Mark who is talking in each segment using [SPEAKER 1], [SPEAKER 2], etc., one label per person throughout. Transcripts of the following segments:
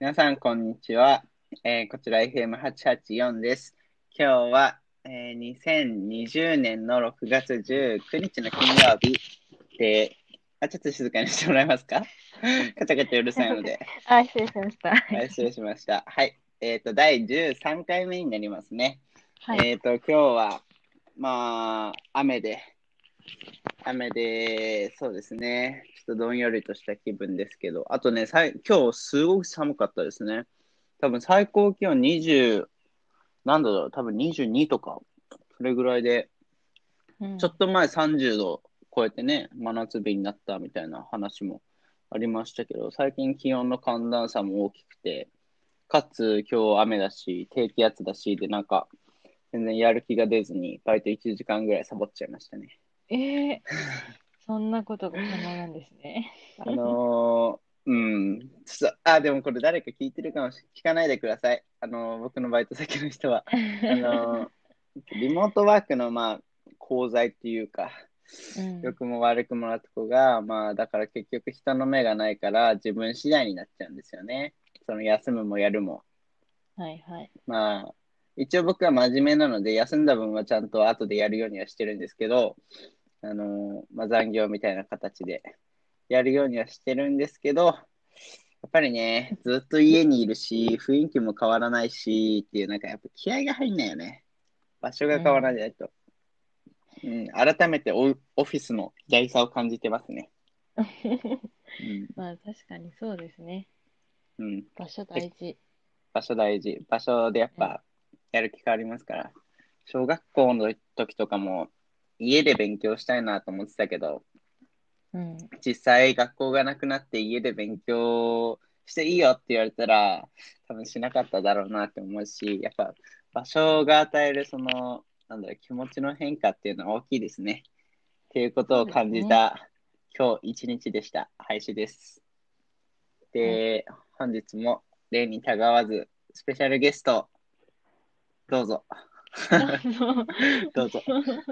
[SPEAKER 1] 皆さん、こんにちは。えーこちら FM884 です。今日は、えー2020年の6月19日の金曜日で、あ、ちょっと静かにしてもらえますかカチャカチャうるさいので。
[SPEAKER 2] あ、失礼しました。
[SPEAKER 1] はい、失礼しました。はい。えっ、と、第13回目になりますね。
[SPEAKER 2] はい。
[SPEAKER 1] えっ、と、今日は、まあ、雨で、雨で、そうですね、ちょっとどんよりとした気分ですけど、あとね、さい今日すごく寒かったですね。多分最高気温20、何度だろう、多分22とか、それぐらいで、
[SPEAKER 2] うん
[SPEAKER 1] ちょっと前30度超えてね、真夏日になったみたいな話もありましたけど、最近気温の寒暖差も大きくて、かつ今日雨だし、低気圧だし、でなんか、全然やる気が出ずに、バイト1時間ぐらいサボっちゃいましたね。
[SPEAKER 2] えー、そんなことが可能なんですね。
[SPEAKER 1] あのー、うん、ちょっと、あ、でもこれ誰か聞いてるかもしれ聞かないでください。あのー僕のバイト先の人は。あ のーリモートワークの、まあ、功罪っていうか、
[SPEAKER 2] うん
[SPEAKER 1] 良くも悪くもなとこが、まあだから結局人の目がないから自分次第になっちゃうんですよね。その休むもやるも。
[SPEAKER 2] はいはい。
[SPEAKER 1] まあ一応僕は真面目なので休んだ分はちゃんと後でやるようにはしてるんですけど、あのまあ残業みたいな形でやるようにはしてるんですけど、やっぱりね、ずっと家にいるし、雰囲気も変わらないしっていう、なんかやっぱ気合が入んないよね。場所が変わらないと。うん、改めてオオフィスの偉大さを感じてますね。うん
[SPEAKER 2] まあ確かにそうですね。
[SPEAKER 1] うん、
[SPEAKER 2] 場所大事。
[SPEAKER 1] 場所大事。場所でやっぱやる気変わりますから。小学校の時とかも家で勉強したいなと思ってたけど、
[SPEAKER 2] うん。
[SPEAKER 1] 実際学校がなくなって家で勉強していいよって言われたら、多分しなかっただろうなって思うし、やっぱ場所が与えるその、なんだろう、気持ちの変化っていうのは大きいですね。っていうことを感じた、今日一日でした。廃止です。で、本日も例にたがわず、スペシャルゲスト、どうぞ、どうぞ。交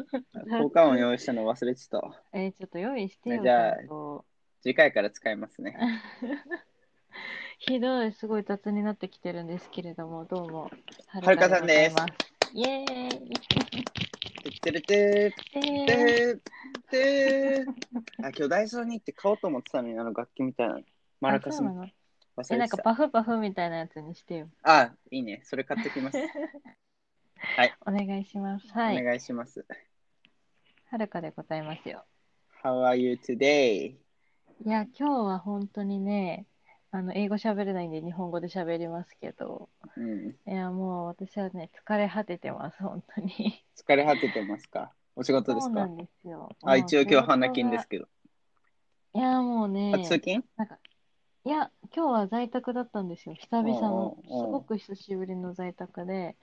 [SPEAKER 1] 換を用意したの忘れてた。
[SPEAKER 2] えーちょっと用意してよ。
[SPEAKER 1] じゃあ
[SPEAKER 2] ちゃんと
[SPEAKER 1] 次回から使いますね。
[SPEAKER 2] ひどい、すごい雑になってきてるんですけれども、どうも。は
[SPEAKER 1] るかさんです
[SPEAKER 2] るかでございます。
[SPEAKER 1] てってれてー
[SPEAKER 2] イエーイ。えー
[SPEAKER 1] でであ今日ダイソーに行って買おうと思ってたのにあの楽器みたいなマラカ
[SPEAKER 2] あ
[SPEAKER 1] ス
[SPEAKER 2] そうな
[SPEAKER 1] の
[SPEAKER 2] の
[SPEAKER 1] 忘
[SPEAKER 2] え、な
[SPEAKER 1] れ
[SPEAKER 2] んか
[SPEAKER 1] てた
[SPEAKER 2] パフパフみたいなやつにしてよ。
[SPEAKER 1] あいいねそれ買ってきます
[SPEAKER 2] お願いします。
[SPEAKER 1] お
[SPEAKER 2] はい。
[SPEAKER 1] 願いします
[SPEAKER 2] はるかでございますよ。
[SPEAKER 1] How are you today?
[SPEAKER 2] いや、今日は本当にね、あの、英語喋れないんで日本語で喋りますけど、
[SPEAKER 1] うん
[SPEAKER 2] いや、もう私はね、疲れ果ててます、本当に。
[SPEAKER 1] 疲れ果ててますかお仕事で
[SPEAKER 2] そ
[SPEAKER 1] す
[SPEAKER 2] うな
[SPEAKER 1] か
[SPEAKER 2] んですよ。も
[SPEAKER 1] あ
[SPEAKER 2] う
[SPEAKER 1] 一応今日花金
[SPEAKER 2] 仕事が
[SPEAKER 1] ですけど、
[SPEAKER 2] いや、もうね
[SPEAKER 1] あ、通勤
[SPEAKER 2] なんか、いや、今日は在宅だったんですよ、久々の。す
[SPEAKER 1] おうおうおう
[SPEAKER 2] ごく久しぶりの在宅で、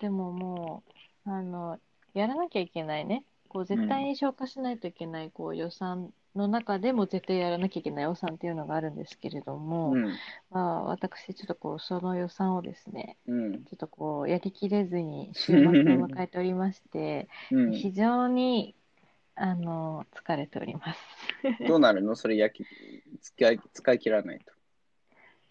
[SPEAKER 2] でももう、あの、やらなきゃいけないね、こう、絶対に消化しないといけない、こう、予算の中でも絶対やらなきゃいけない予算っていうのがあるんですけれども、
[SPEAKER 1] うん
[SPEAKER 2] まあ、私、ちょっとこう、その予算をですね、
[SPEAKER 1] うん
[SPEAKER 2] ちょっとこう、やりきれ ずに週末を迎えておりまして、
[SPEAKER 1] うん
[SPEAKER 2] 非常に、あの、疲れております。
[SPEAKER 1] どうなるのそれ焼き使い使い切らないと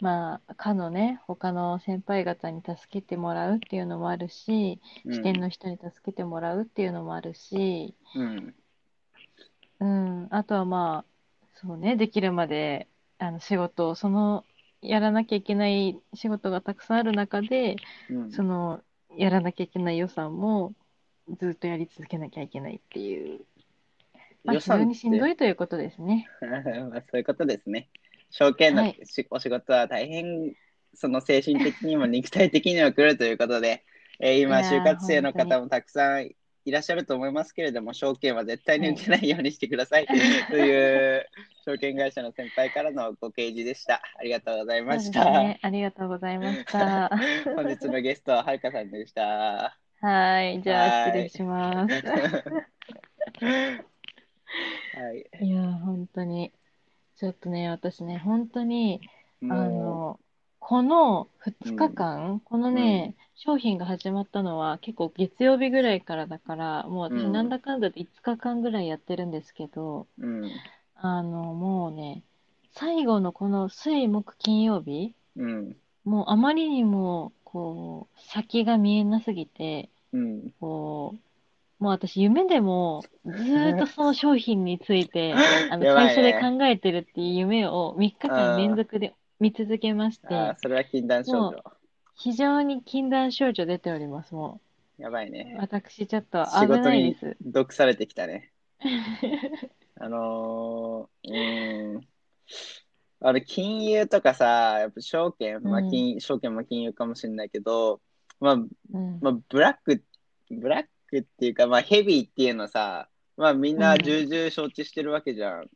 [SPEAKER 2] まあ、かのね、他の先輩方に助けてもらうっていうのもあるし、
[SPEAKER 1] うん
[SPEAKER 2] 支店の人に助けてもらうっていうのもあるし、
[SPEAKER 1] うん
[SPEAKER 2] うん、あとはまあ、そうね、できるまで、あの、仕事を、その、やらなきゃいけない仕事がたくさんある中で、
[SPEAKER 1] うん
[SPEAKER 2] そのやらなきゃいけない予算もずっとやり続けなきゃいけないっていう、まあ、
[SPEAKER 1] 予
[SPEAKER 2] 非常
[SPEAKER 1] 算っ
[SPEAKER 2] に
[SPEAKER 1] て
[SPEAKER 2] しんどいということですね。
[SPEAKER 1] まあそういうことですね。証券の
[SPEAKER 2] はい
[SPEAKER 1] しお仕事は大変、その精神的にも肉体的にも来るということで、えー今、
[SPEAKER 2] いやー
[SPEAKER 1] 就活生の方もたくさんいらっしゃると思いますけれども、証券は絶対に受けないようにしてください、という、証券会社の先輩からのご掲示でした。ありがとうござい
[SPEAKER 2] そう
[SPEAKER 1] ま
[SPEAKER 2] で
[SPEAKER 1] し
[SPEAKER 2] す
[SPEAKER 1] た。
[SPEAKER 2] ね。ありがとうござい ました。
[SPEAKER 1] 本日のゲストははるかさんでした。
[SPEAKER 2] はい、じ
[SPEAKER 1] は
[SPEAKER 2] ゃあ
[SPEAKER 1] い
[SPEAKER 2] 失礼し ます。
[SPEAKER 1] はい。
[SPEAKER 2] いやー、本当に、ちょっとね、私ね、本当に、あ
[SPEAKER 1] も
[SPEAKER 2] の、この2日間、このね、商品が始まったのは結構月曜日ぐらいからだから、もう私
[SPEAKER 1] うん
[SPEAKER 2] なんだかんだで5日間ぐらいやってるんですけど、
[SPEAKER 1] う、うん、
[SPEAKER 2] あの、もうね、最後のこの水木金曜日
[SPEAKER 1] うん、
[SPEAKER 2] もうあまりにも、こう、先が見えなすぎて、
[SPEAKER 1] うん。
[SPEAKER 2] こう、もう私夢でもずーっとその商品について、あの、
[SPEAKER 1] やばいね
[SPEAKER 2] 会社で考えてるっていう夢を3日間連続で見続けまし
[SPEAKER 1] ああ
[SPEAKER 2] て、、
[SPEAKER 1] それは禁断症状。
[SPEAKER 2] 非常に禁断症状出ております、も。
[SPEAKER 1] やばいうね。
[SPEAKER 2] 私ちょっと
[SPEAKER 1] 仕
[SPEAKER 2] 危
[SPEAKER 1] 事
[SPEAKER 2] ない
[SPEAKER 1] に。
[SPEAKER 2] です
[SPEAKER 1] 毒されてきた ね。あのー、うーん。あれ、金融とかさ、やっぱ証券、まあ
[SPEAKER 2] うん
[SPEAKER 1] 金、証券も金融かもしれないけど、まあ、
[SPEAKER 2] うん
[SPEAKER 1] まあ、ブラック、ブラックっていうか、まあ、ヘビーっていうのさ、まあ、みんな重々承知してるわけじゃん。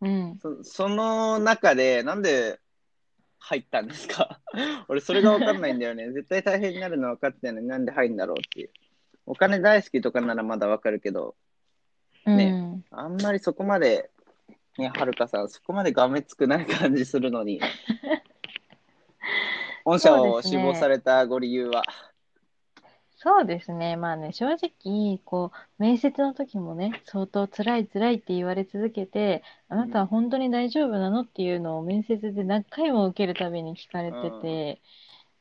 [SPEAKER 2] うん。
[SPEAKER 1] そその中で、なんで入ったんですか 俺、それが分かんないんだよね。絶対大変になるの分かってるのに、なんで入るんだろうっていう。お金大好きとかならまだ分かるけど、
[SPEAKER 2] うん。
[SPEAKER 1] あんまりそこまで、ね、はるかさん、そこまでがめつくない感じするの に。御社を志望されたご理由は。
[SPEAKER 2] そうですね。まあね、正直、こう、面接の時もね、相当辛い辛いって言われ続けて、あなたは本当に大丈夫なのっていうのを面接で何回も受けるたびに聞かれてて、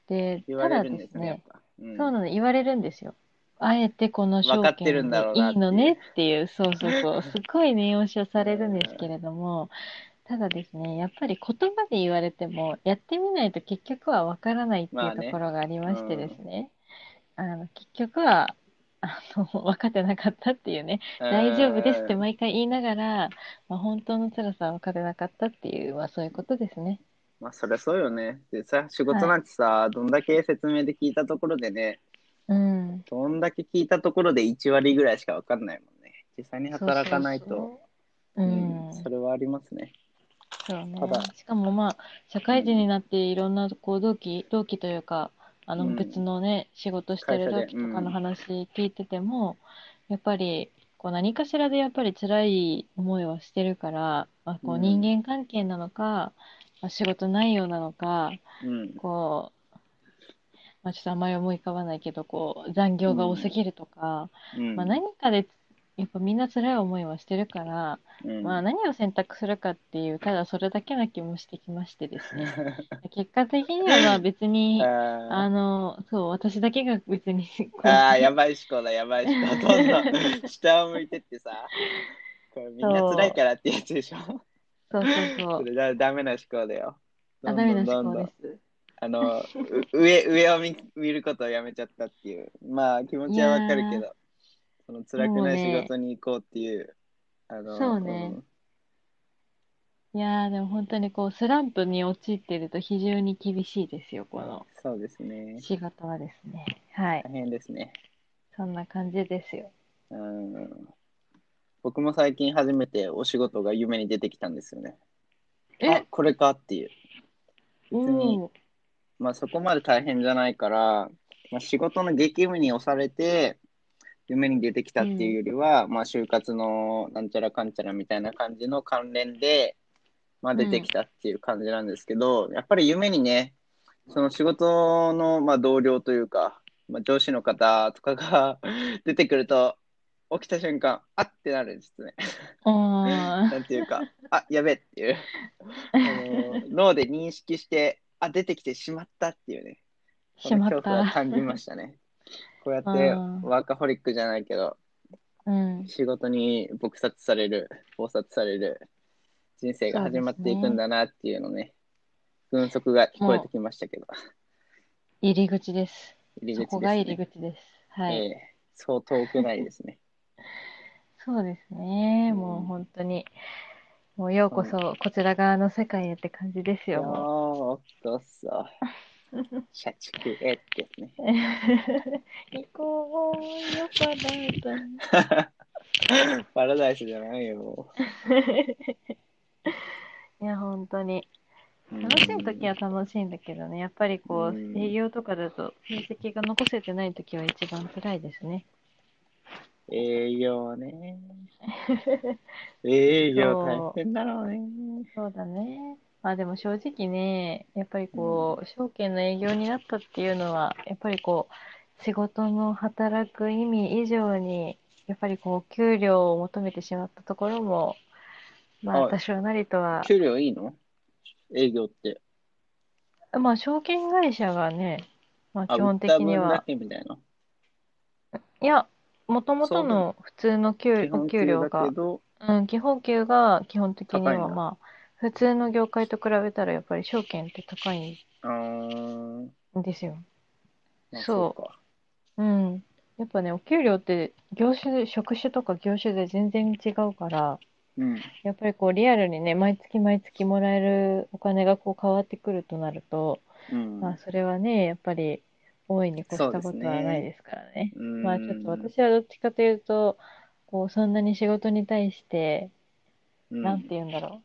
[SPEAKER 2] で、
[SPEAKER 1] 言
[SPEAKER 2] た
[SPEAKER 1] われ
[SPEAKER 2] だ
[SPEAKER 1] るん
[SPEAKER 2] で
[SPEAKER 1] です
[SPEAKER 2] す
[SPEAKER 1] ね、やっ
[SPEAKER 2] ね、
[SPEAKER 1] ぱ。うん
[SPEAKER 2] そうなの、言われるんですよ。あえてこの証
[SPEAKER 1] わかってるんだろうな
[SPEAKER 2] 券
[SPEAKER 1] っ
[SPEAKER 2] で
[SPEAKER 1] て
[SPEAKER 2] い
[SPEAKER 1] いう
[SPEAKER 2] いのねっていう、そうそうそう、 すごい念押しをされるんですけれども、ただですね、やっぱり言葉で言われても、やってみないと結局はわからないって
[SPEAKER 1] ま
[SPEAKER 2] い
[SPEAKER 1] あ
[SPEAKER 2] う
[SPEAKER 1] ね
[SPEAKER 2] ところがありましてですね、あの、結局は、あの、 分かってなかったっていうね、大丈夫ですって毎回言いながら、まあ、本当の辛さは分かってなかったっていう、まあそういうことですね。
[SPEAKER 1] まあそりゃそうよね。でさ仕事なんてさ、どんだけ説明で聞いたところでね
[SPEAKER 2] うん。
[SPEAKER 1] どんだけ聞いたところで1割ぐらいしか分かんないもんね。実際に働かない
[SPEAKER 2] そう
[SPEAKER 1] と
[SPEAKER 2] そうそう。
[SPEAKER 1] うん
[SPEAKER 2] うん
[SPEAKER 1] それはありますね。
[SPEAKER 2] そうね
[SPEAKER 1] ただ。
[SPEAKER 2] しかもまあ、社会人になっていろんなこう同期、同期というか、あ
[SPEAKER 1] う
[SPEAKER 2] の
[SPEAKER 1] ん
[SPEAKER 2] 別のね、仕事してる同期とかの話聞いてても、やっぱりこう何かしらでやっぱり辛い思いはしてるから、まあ、こ
[SPEAKER 1] う
[SPEAKER 2] うん人間関係なのか、まあ、仕事内容なのか、
[SPEAKER 1] うん、
[SPEAKER 2] こう、まあ、ちょっとあんまり思い浮かばないけど、こう残業が多すぎるとか、
[SPEAKER 1] うん
[SPEAKER 2] まあ、何かでやっぱみんな辛い思いはしてるから、
[SPEAKER 1] うん
[SPEAKER 2] まあ、何を選択するかっていう、ただそれだけな気もしてきましてですね。 結果的にはまあ別に、あ
[SPEAKER 1] あー
[SPEAKER 2] の、そう、私だけが別に、こ う
[SPEAKER 1] あーやばい思考だやばい思考どんどん下を向いてってさこれみんな辛いからってやつでしょ
[SPEAKER 2] そうそうそ。
[SPEAKER 1] そうれだダメな思考だよ
[SPEAKER 2] あ、ダメな
[SPEAKER 1] どんどんどん
[SPEAKER 2] 思
[SPEAKER 1] どん
[SPEAKER 2] 考です。
[SPEAKER 1] あのう上上を見見ることをやめちゃったっていうまあ気持ちはわかるけ
[SPEAKER 2] い
[SPEAKER 1] どその辛くない
[SPEAKER 2] もう
[SPEAKER 1] 仕
[SPEAKER 2] ね
[SPEAKER 1] 事に行こうっていうあの
[SPEAKER 2] そうねいやー、でも本当にこう、スランプに陥っていると非常に厳しいですよ、この
[SPEAKER 1] そうですね
[SPEAKER 2] 仕事はですね。はい。
[SPEAKER 1] 大変ですね
[SPEAKER 2] そんな感じですよ。
[SPEAKER 1] うん僕も最近初めてお仕事が夢に出てきたんですよねあ
[SPEAKER 2] え、
[SPEAKER 1] これかっていう別に
[SPEAKER 2] おー
[SPEAKER 1] まあそこまで大変じゃないから、まあ、仕事の激務に押されて夢に出てきたっていうよりは、まあ就活のなんちゃらかんちゃらみたいな感じの関連で、まあ、出てきたっていう感じなんですけど、やっぱり夢にねその仕事のまあ同僚というか、まあ、上司の方とかが出てくると起きた瞬間あってなるんですね。
[SPEAKER 2] あ
[SPEAKER 1] なんていうか、あやべえっていう、あの脳で認識して、あ出てきてしまったっていうね、
[SPEAKER 2] ー、しま っ
[SPEAKER 1] この恐怖は
[SPEAKER 2] た。
[SPEAKER 1] 感じました ね。こうやって
[SPEAKER 2] うん
[SPEAKER 1] ワーカホリックじゃないけど、
[SPEAKER 2] うん。
[SPEAKER 1] 仕事に撲殺される、暴殺される人生が始まっていくんだなっていうのね、軍足が聞こえてきましたけど、
[SPEAKER 2] 入り口です。
[SPEAKER 1] 入り
[SPEAKER 2] そ
[SPEAKER 1] 口
[SPEAKER 2] こ
[SPEAKER 1] です
[SPEAKER 2] が
[SPEAKER 1] ね
[SPEAKER 2] 入り口です。はい。
[SPEAKER 1] ええそう遠くないですね。
[SPEAKER 2] そうですね、
[SPEAKER 1] うん
[SPEAKER 2] もう本当に、もうようこそこちら側の世界へって感じですよ、も
[SPEAKER 1] よーっとさ、社畜へってやつね。
[SPEAKER 2] う。 行こうよ、パラダイス。
[SPEAKER 1] パラダイスじゃないよ。
[SPEAKER 2] いや、本当に。楽しい時は楽しいんだけどね、やっぱりこ
[SPEAKER 1] うん
[SPEAKER 2] う、営業とかだと成績が残せてない時は一番辛いですね。
[SPEAKER 1] 営業ね。 営業大変だろうね。
[SPEAKER 2] そうだね。まあでも正直ね、やっぱりこう、証券の営業になったっていうのは、やっぱりこう、仕事の働く意味以上に、やっぱりこう、給料を求めてしまったところも、まあ
[SPEAKER 1] はい
[SPEAKER 2] 多少なりとは、
[SPEAKER 1] 給料いいの営業って。
[SPEAKER 2] まあ、証券会社がね、まあ、
[SPEAKER 1] あ
[SPEAKER 2] 基本的
[SPEAKER 1] 売った
[SPEAKER 2] に
[SPEAKER 1] 分だ
[SPEAKER 2] は、
[SPEAKER 1] けみたいな。
[SPEAKER 2] いや、もともとの普通の給、
[SPEAKER 1] 基
[SPEAKER 2] お
[SPEAKER 1] 本
[SPEAKER 2] 給
[SPEAKER 1] 給
[SPEAKER 2] 料
[SPEAKER 1] だ
[SPEAKER 2] が
[SPEAKER 1] け、ど、
[SPEAKER 2] うん、基本給が基本的に
[SPEAKER 1] 高いん
[SPEAKER 2] は
[SPEAKER 1] だ
[SPEAKER 2] まあ、普通の業界と比べたらやっぱり証券って高い
[SPEAKER 1] あー
[SPEAKER 2] んですよ。
[SPEAKER 1] まあ、
[SPEAKER 2] そう
[SPEAKER 1] そうか。
[SPEAKER 2] うん。やっぱね、お給料って業種、職種とか業種で全然違うから、
[SPEAKER 1] うん。
[SPEAKER 2] やっぱりこうリアルにね、毎月毎月もらえるお金がこう変わってくるとなると、
[SPEAKER 1] うん。
[SPEAKER 2] まあそれはね、やっぱり大いに越したことはないですからね。
[SPEAKER 1] うん
[SPEAKER 2] まあちょっと私はどっちかというと、こうそんなに仕事に対して、
[SPEAKER 1] うん
[SPEAKER 2] なんて言うんだろ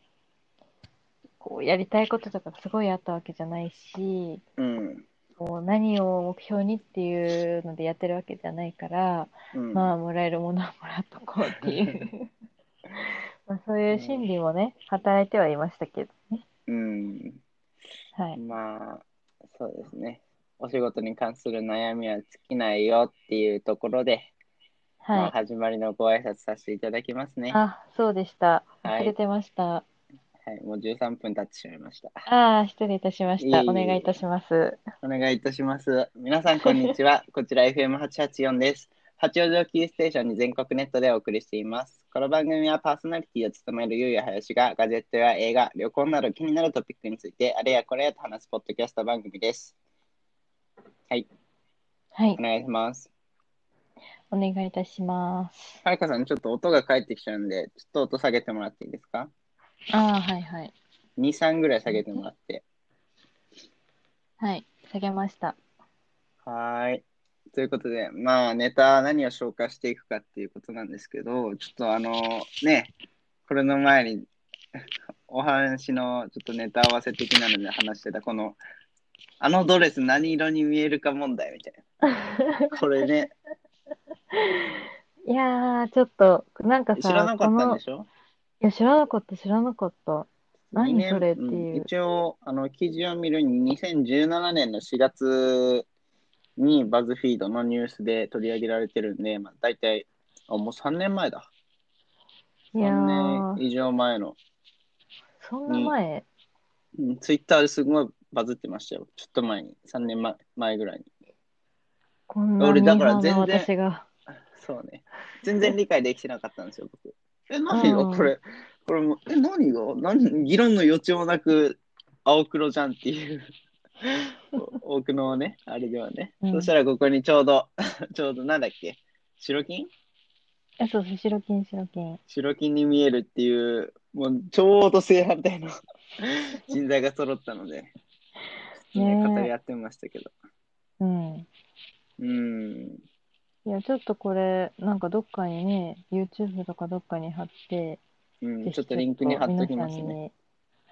[SPEAKER 2] う。こうやりたいこととかすごいあったわけじゃないし、
[SPEAKER 1] うん。
[SPEAKER 2] こう何を目標にっていうのでやってるわけじゃないから、
[SPEAKER 1] うん。
[SPEAKER 2] まあもらえるものはもらっとこうって いう。まあそういう心理もね、働いてはいましたけどね。
[SPEAKER 1] うん。
[SPEAKER 2] はい。
[SPEAKER 1] まあ、そうですね。お仕事に関する悩みは尽きないよっていうところで、ま
[SPEAKER 2] は
[SPEAKER 1] あ、
[SPEAKER 2] い。
[SPEAKER 1] 始まりのご挨拶させていただきますね。は
[SPEAKER 2] あ、そうでした。
[SPEAKER 1] はい
[SPEAKER 2] 忘れてました。
[SPEAKER 1] い、もう13分経ってしまいました。
[SPEAKER 2] ああ、失礼いたしました。
[SPEAKER 1] いえいえ
[SPEAKER 2] お願いいたします。
[SPEAKER 1] お願いいたします。皆さん、こんにちは。こちら FM884 です。八王子をキーステーションに全国ネットでお送りしています。この番組はパーソナリティを務めるゆうやはやしが、ガジェットや映画、旅行など気になるトピックについて、あれやこれやと話すポッドキャスト番組です。
[SPEAKER 2] はい
[SPEAKER 1] お。願いします。
[SPEAKER 2] お願いいたします。
[SPEAKER 1] はるかさん、ちょっと音が返ってきちゃうんで、ちょっと音下げてもらっていいですか
[SPEAKER 2] ああ、はいはい。
[SPEAKER 1] ?2、3ぐらい下げてもらって。
[SPEAKER 2] はい。下げました。
[SPEAKER 1] はーい。ということで、まあ、ネタ何を紹介していくかっていうことなんですけど、ちょっとあの、ね、これの前に、 お話のちょっとネタ合わせ的なので話してた、この、あのドレス何色に見えるか問題みたい な。これね、
[SPEAKER 2] いやー、ちょっと、なんか
[SPEAKER 1] 知
[SPEAKER 2] さ、
[SPEAKER 1] らなかったん
[SPEAKER 2] この、
[SPEAKER 1] でしょ
[SPEAKER 2] いや、知らなかった、知らなかった。何
[SPEAKER 1] 二年
[SPEAKER 2] それっていうん
[SPEAKER 1] 一応、あの、記事を見るに、2017年の4月にバズフィードのニュースで取り上げられてるんで、まあ、大体、あ、もう3年前だ。
[SPEAKER 2] いや
[SPEAKER 1] 3
[SPEAKER 2] ー、
[SPEAKER 1] 年以上前の。
[SPEAKER 2] そんな前、
[SPEAKER 1] ツイッターですごいバズってましたよ。ちょっと前に、3年前前ぐらいに。
[SPEAKER 2] こんな
[SPEAKER 1] 俺だから
[SPEAKER 2] ミーハー
[SPEAKER 1] 全
[SPEAKER 2] な
[SPEAKER 1] 然
[SPEAKER 2] 私が。
[SPEAKER 1] そうね。全然理解できてなかったんですよ、僕。え、何が
[SPEAKER 2] うん
[SPEAKER 1] これ、これもう、え、何が何議論の余地もなく、青黒じゃんっていう。 お奥のね、あれではね。
[SPEAKER 2] うん
[SPEAKER 1] そしたらここにちょうど、 ちょうどなんだっけ、白金
[SPEAKER 2] え、そうそう、白金、白金。
[SPEAKER 1] 白金に見えるっていう、もうちょうど正反対の 人材が揃ったので、ね、
[SPEAKER 2] ねえ
[SPEAKER 1] 語り合ってましたけど。
[SPEAKER 2] うん。
[SPEAKER 1] うん。
[SPEAKER 2] いや、ちょっとこれ、なんかどっかにね、YouTube とかどっかに貼って、
[SPEAKER 1] うん、
[SPEAKER 2] ぜ
[SPEAKER 1] ちょっ
[SPEAKER 2] ひ
[SPEAKER 1] とリンクに貼っときます
[SPEAKER 2] 皆さん
[SPEAKER 1] ね。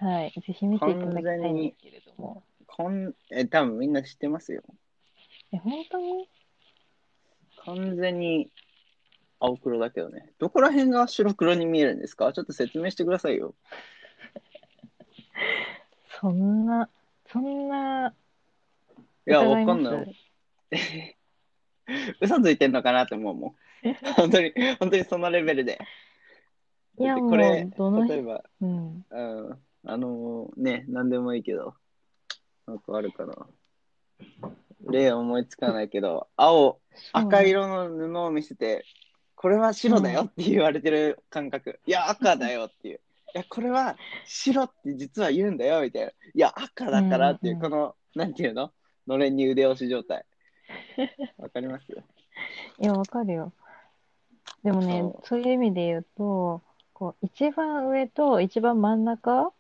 [SPEAKER 2] にはい、ぜひ見ていただきたいんですけれども。
[SPEAKER 1] こんえ多分みんな知ってますよ。
[SPEAKER 2] え、本当に
[SPEAKER 1] 完全に青黒だけどね。どこら辺が白黒に見えるんですかちょっと説明してくださいよ。
[SPEAKER 2] そんな、そんな、
[SPEAKER 1] いや、
[SPEAKER 2] 疑
[SPEAKER 1] わかんない。
[SPEAKER 2] い。
[SPEAKER 1] 嘘ついてんのかなって思うもん。本当に、本当にそのレベルで。
[SPEAKER 2] い
[SPEAKER 1] だ
[SPEAKER 2] や、
[SPEAKER 1] って
[SPEAKER 2] も
[SPEAKER 1] これ
[SPEAKER 2] う、どの
[SPEAKER 1] 例え
[SPEAKER 2] 人、
[SPEAKER 1] ば、
[SPEAKER 2] うん。
[SPEAKER 1] うん、あのね、何でもいいけど、なんかあるかな。例思いつかないけど、青、
[SPEAKER 2] そうね
[SPEAKER 1] 赤色の布を見せて、これは白だよって言われてる感覚。いや、赤だよっていう。いや、これは白って実は言うんだよみたいな。いや、赤だからっていう、
[SPEAKER 2] うんう
[SPEAKER 1] この、なんていうののれんに腕押し状 態。わかります
[SPEAKER 2] いや、わかるよ。でもね、そういう意味で言うと、こう、一番上と一番真ん中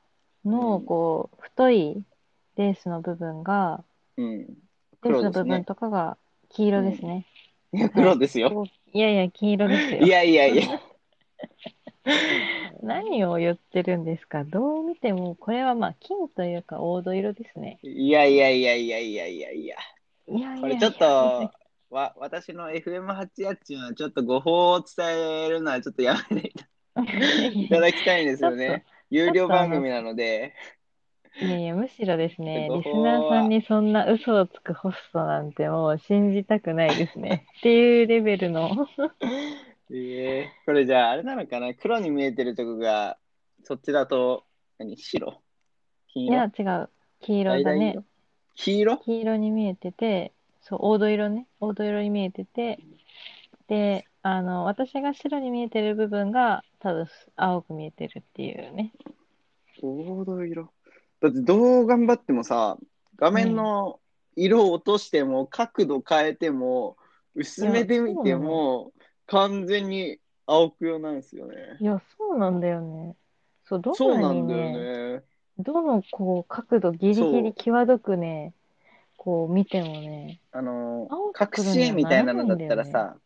[SPEAKER 2] の、
[SPEAKER 1] うん
[SPEAKER 2] こう、太いレースの部分が、
[SPEAKER 1] うん。
[SPEAKER 2] レース
[SPEAKER 1] 黒
[SPEAKER 2] の
[SPEAKER 1] です
[SPEAKER 2] 部分
[SPEAKER 1] ね。
[SPEAKER 2] とかが黄色ですね。
[SPEAKER 1] いや、黒ですよ。
[SPEAKER 2] こういやいや、黄色ですよ。
[SPEAKER 1] いやいやいや。
[SPEAKER 2] 何を言ってるんですかどう見ても、これはまあ、金というか、黄土色ですね。
[SPEAKER 1] いやいやいやいやいやいやいや。
[SPEAKER 2] いやいやいや。
[SPEAKER 1] これちょっと、わ私の FM884 はちょっと誤報を伝えるのはちょっとやめていただきたいんですよね。有料番組なので、
[SPEAKER 2] いやいや、むしろです ね、
[SPEAKER 1] ご
[SPEAKER 2] リ
[SPEAKER 1] ぼ
[SPEAKER 2] ス
[SPEAKER 1] うは
[SPEAKER 2] ナーさんにそんな嘘をつくホストなんてもう信じたくないです ね。っていうレベルの。
[SPEAKER 1] えーこれじゃああれなのかな黒に見えてるとこがそっちだと何白
[SPEAKER 2] い
[SPEAKER 1] 金
[SPEAKER 2] や、
[SPEAKER 1] 色
[SPEAKER 2] 違う。黄色だね。
[SPEAKER 1] 黄色
[SPEAKER 2] 黄色に見えてて、そう、黄土色ね、黄土色に見えてて、で、あの、私が白に見えてる部分が、多分青く見えてるっていうね。
[SPEAKER 1] 黄土色。だってどう頑張ってもさ、画面の色を落としても、角度変えても、薄めで見
[SPEAKER 2] い
[SPEAKER 1] て
[SPEAKER 2] やそうな
[SPEAKER 1] も、完全に青くよなんですよね。
[SPEAKER 2] いや、そうなんだよね。そう、ど
[SPEAKER 1] そうん
[SPEAKER 2] な
[SPEAKER 1] な
[SPEAKER 2] に
[SPEAKER 1] んだ
[SPEAKER 2] ね、
[SPEAKER 1] よね。
[SPEAKER 2] どのこう角度ギリ
[SPEAKER 1] そ
[SPEAKER 2] ギ
[SPEAKER 1] う
[SPEAKER 2] リ際どくね、こう見てもね、
[SPEAKER 1] あの
[SPEAKER 2] 青、く
[SPEAKER 1] 隠
[SPEAKER 2] 黒には
[SPEAKER 1] し絵みたいなのだったら
[SPEAKER 2] なら
[SPEAKER 1] さ、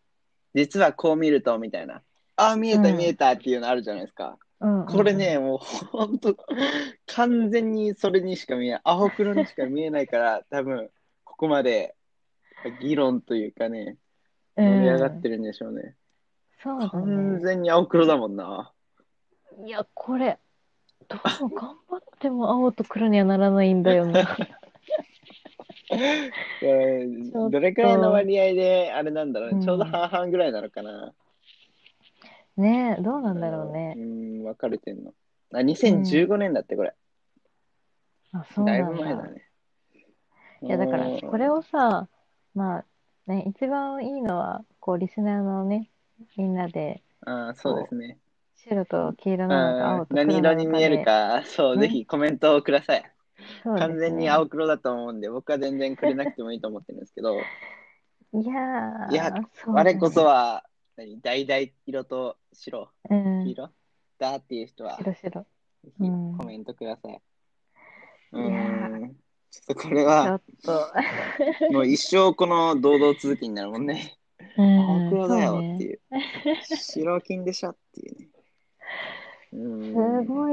[SPEAKER 1] 実はこう見るとみたいな。ああ、見えた
[SPEAKER 2] うん
[SPEAKER 1] 見えたっていうのあるじゃないですか。
[SPEAKER 2] うんうんうん
[SPEAKER 1] これね、もうほんと、完全にそれにしか見えない。青黒にしか見えないから、多分、ここまで議論というかね、
[SPEAKER 2] うん
[SPEAKER 1] 盛り上がってるんでしょうね。
[SPEAKER 2] そうだ
[SPEAKER 1] 完
[SPEAKER 2] ね。
[SPEAKER 1] 全に青黒だもんな。
[SPEAKER 2] いや、これ、どうも頑張っても青と黒にはならないんだよ な。
[SPEAKER 1] えー
[SPEAKER 2] ちょっと
[SPEAKER 1] どれくらいの割合で、あれなんだろう
[SPEAKER 2] う
[SPEAKER 1] ね、
[SPEAKER 2] ん
[SPEAKER 1] ちょうど半々ぐらいなのかな。
[SPEAKER 2] ねえ、どうなんだろう
[SPEAKER 1] う
[SPEAKER 2] ね。
[SPEAKER 1] ん、分かれてんの。あ、2015年だって、これ。
[SPEAKER 2] あ、そう
[SPEAKER 1] だい
[SPEAKER 2] な
[SPEAKER 1] ぶ
[SPEAKER 2] ん
[SPEAKER 1] 前
[SPEAKER 2] だ
[SPEAKER 1] だ。ね。
[SPEAKER 2] いや、だから、これ
[SPEAKER 1] を。
[SPEAKER 2] をさ、まあ、ね、一番いいのは、こう、リスナーのね、みんなで、
[SPEAKER 1] あーそうですね。
[SPEAKER 2] 白と黄色なのか、
[SPEAKER 1] あ
[SPEAKER 2] 青
[SPEAKER 1] ー
[SPEAKER 2] と黒
[SPEAKER 1] 何
[SPEAKER 2] な
[SPEAKER 1] 色
[SPEAKER 2] の
[SPEAKER 1] に
[SPEAKER 2] か
[SPEAKER 1] 見える
[SPEAKER 2] で、
[SPEAKER 1] か、そう、
[SPEAKER 2] ね
[SPEAKER 1] ぜひコメントをください。
[SPEAKER 2] そうです
[SPEAKER 1] 完全に
[SPEAKER 2] ね。
[SPEAKER 1] 青黒だと思うんで、僕は全然くれなくてもいいと思ってるんです けど、
[SPEAKER 2] いやー、
[SPEAKER 1] いや
[SPEAKER 2] そうだね
[SPEAKER 1] 我こそは、何、橙色と白、
[SPEAKER 2] う
[SPEAKER 1] 黄
[SPEAKER 2] ん、
[SPEAKER 1] 色だっていう人は、ぜ
[SPEAKER 2] 白白。
[SPEAKER 1] ひコ
[SPEAKER 2] うん
[SPEAKER 1] メントください。う
[SPEAKER 2] いやー
[SPEAKER 1] ーん。ちょっとこれ
[SPEAKER 2] ちょ
[SPEAKER 1] は、
[SPEAKER 2] っと、
[SPEAKER 1] もう一生この堂々続きになるもんね。
[SPEAKER 2] うん、
[SPEAKER 1] 青黒だ
[SPEAKER 2] そ
[SPEAKER 1] よ
[SPEAKER 2] うね
[SPEAKER 1] っていう。白金でしょっていうね。う
[SPEAKER 2] す
[SPEAKER 1] ーん。
[SPEAKER 2] ご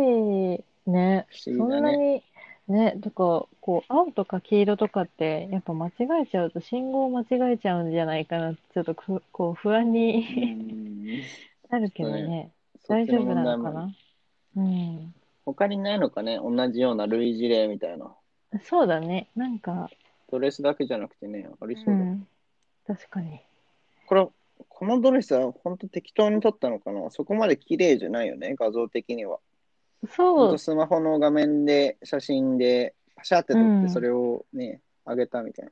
[SPEAKER 2] いね、
[SPEAKER 1] 不
[SPEAKER 2] そ
[SPEAKER 1] 思議だ
[SPEAKER 2] んな
[SPEAKER 1] ね。
[SPEAKER 2] に、ね、とか、こう、青とか黄色とかって、やっぱ間違えちゃうと、信号を間違えちゃうんじゃないかなって、ちょっとふ、こう、不安
[SPEAKER 1] う
[SPEAKER 2] に
[SPEAKER 1] ーん。
[SPEAKER 2] なるけど
[SPEAKER 1] そう
[SPEAKER 2] ね、
[SPEAKER 1] そっ
[SPEAKER 2] 大
[SPEAKER 1] ち
[SPEAKER 2] 丈
[SPEAKER 1] の問
[SPEAKER 2] 夫な
[SPEAKER 1] 題
[SPEAKER 2] の
[SPEAKER 1] も
[SPEAKER 2] か
[SPEAKER 1] ある。
[SPEAKER 2] なうん。
[SPEAKER 1] 他にないのかね、同じような類似例みたいな。
[SPEAKER 2] そうだね、なんか、
[SPEAKER 1] ドレスだけじゃなくてね、ありそううだ。
[SPEAKER 2] ん、確かに。
[SPEAKER 1] これ、このドレスは本当適当に撮ったのかなそこまで綺麗じゃないよね、画像的には。ほん
[SPEAKER 2] そ
[SPEAKER 1] と
[SPEAKER 2] う、
[SPEAKER 1] スマホの画面で、写真で、パシャって撮
[SPEAKER 2] う
[SPEAKER 1] って、
[SPEAKER 2] ん
[SPEAKER 1] それをね、上げたみたいな。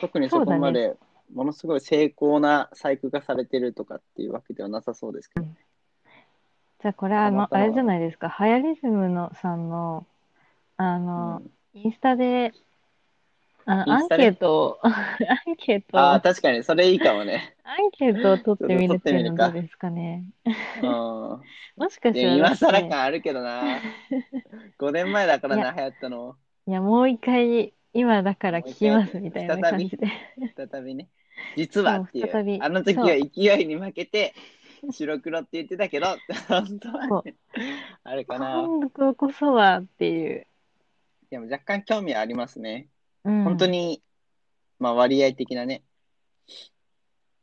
[SPEAKER 1] 特に
[SPEAKER 2] そ
[SPEAKER 1] そうこ
[SPEAKER 2] だ
[SPEAKER 1] ま
[SPEAKER 2] ね。
[SPEAKER 1] で、ものすごい精巧な細工がされてるとかっていうわけではなさそうですけど。
[SPEAKER 2] じゃあ、これは、
[SPEAKER 1] た
[SPEAKER 2] あ
[SPEAKER 1] ま
[SPEAKER 2] の、
[SPEAKER 1] た
[SPEAKER 2] あ
[SPEAKER 1] ま
[SPEAKER 2] れじ
[SPEAKER 1] だ。
[SPEAKER 2] ゃないですか、ハヤリズムのさんの、あ
[SPEAKER 1] う
[SPEAKER 2] の、
[SPEAKER 1] ん。
[SPEAKER 2] インスタで、あ、
[SPEAKER 1] イン
[SPEAKER 2] ア
[SPEAKER 1] ス
[SPEAKER 2] ン
[SPEAKER 1] タ
[SPEAKER 2] ケ
[SPEAKER 1] ね。
[SPEAKER 2] ート を、アンケート
[SPEAKER 1] ああ、
[SPEAKER 2] を、
[SPEAKER 1] 確かに、それいいかも ね。
[SPEAKER 2] アンケートを取
[SPEAKER 1] ち
[SPEAKER 2] っ
[SPEAKER 1] ょってと
[SPEAKER 2] み
[SPEAKER 1] 撮
[SPEAKER 2] る
[SPEAKER 1] っ
[SPEAKER 2] っててい
[SPEAKER 1] み
[SPEAKER 2] う
[SPEAKER 1] る
[SPEAKER 2] のどう
[SPEAKER 1] か。
[SPEAKER 2] ですかね。
[SPEAKER 1] うん。
[SPEAKER 2] もしか
[SPEAKER 1] い
[SPEAKER 2] し
[SPEAKER 1] や、
[SPEAKER 2] た
[SPEAKER 1] 今
[SPEAKER 2] らだ
[SPEAKER 1] 更
[SPEAKER 2] って、
[SPEAKER 1] 感あるけど な。5年前だか
[SPEAKER 2] い
[SPEAKER 1] ら
[SPEAKER 2] や、
[SPEAKER 1] な、流行ったの。
[SPEAKER 2] いや、もう一回、今だから
[SPEAKER 1] も
[SPEAKER 2] 聞
[SPEAKER 1] う一
[SPEAKER 2] き
[SPEAKER 1] 回、
[SPEAKER 2] ますみたいな
[SPEAKER 1] 再
[SPEAKER 2] 感
[SPEAKER 1] び、
[SPEAKER 2] じで。
[SPEAKER 1] 再びね。実は
[SPEAKER 2] そ
[SPEAKER 1] っ
[SPEAKER 2] う、
[SPEAKER 1] ていう。
[SPEAKER 2] 再び、
[SPEAKER 1] あの時は
[SPEAKER 2] そう、
[SPEAKER 1] 勢いに負けて、白黒って言ってたけど、 本当は
[SPEAKER 2] そう、
[SPEAKER 1] ね、あれかな。
[SPEAKER 2] 今度こそはっていう。
[SPEAKER 1] でも若干興味はありますね。
[SPEAKER 2] う
[SPEAKER 1] 本当
[SPEAKER 2] ん、
[SPEAKER 1] に、まあ割合的なね。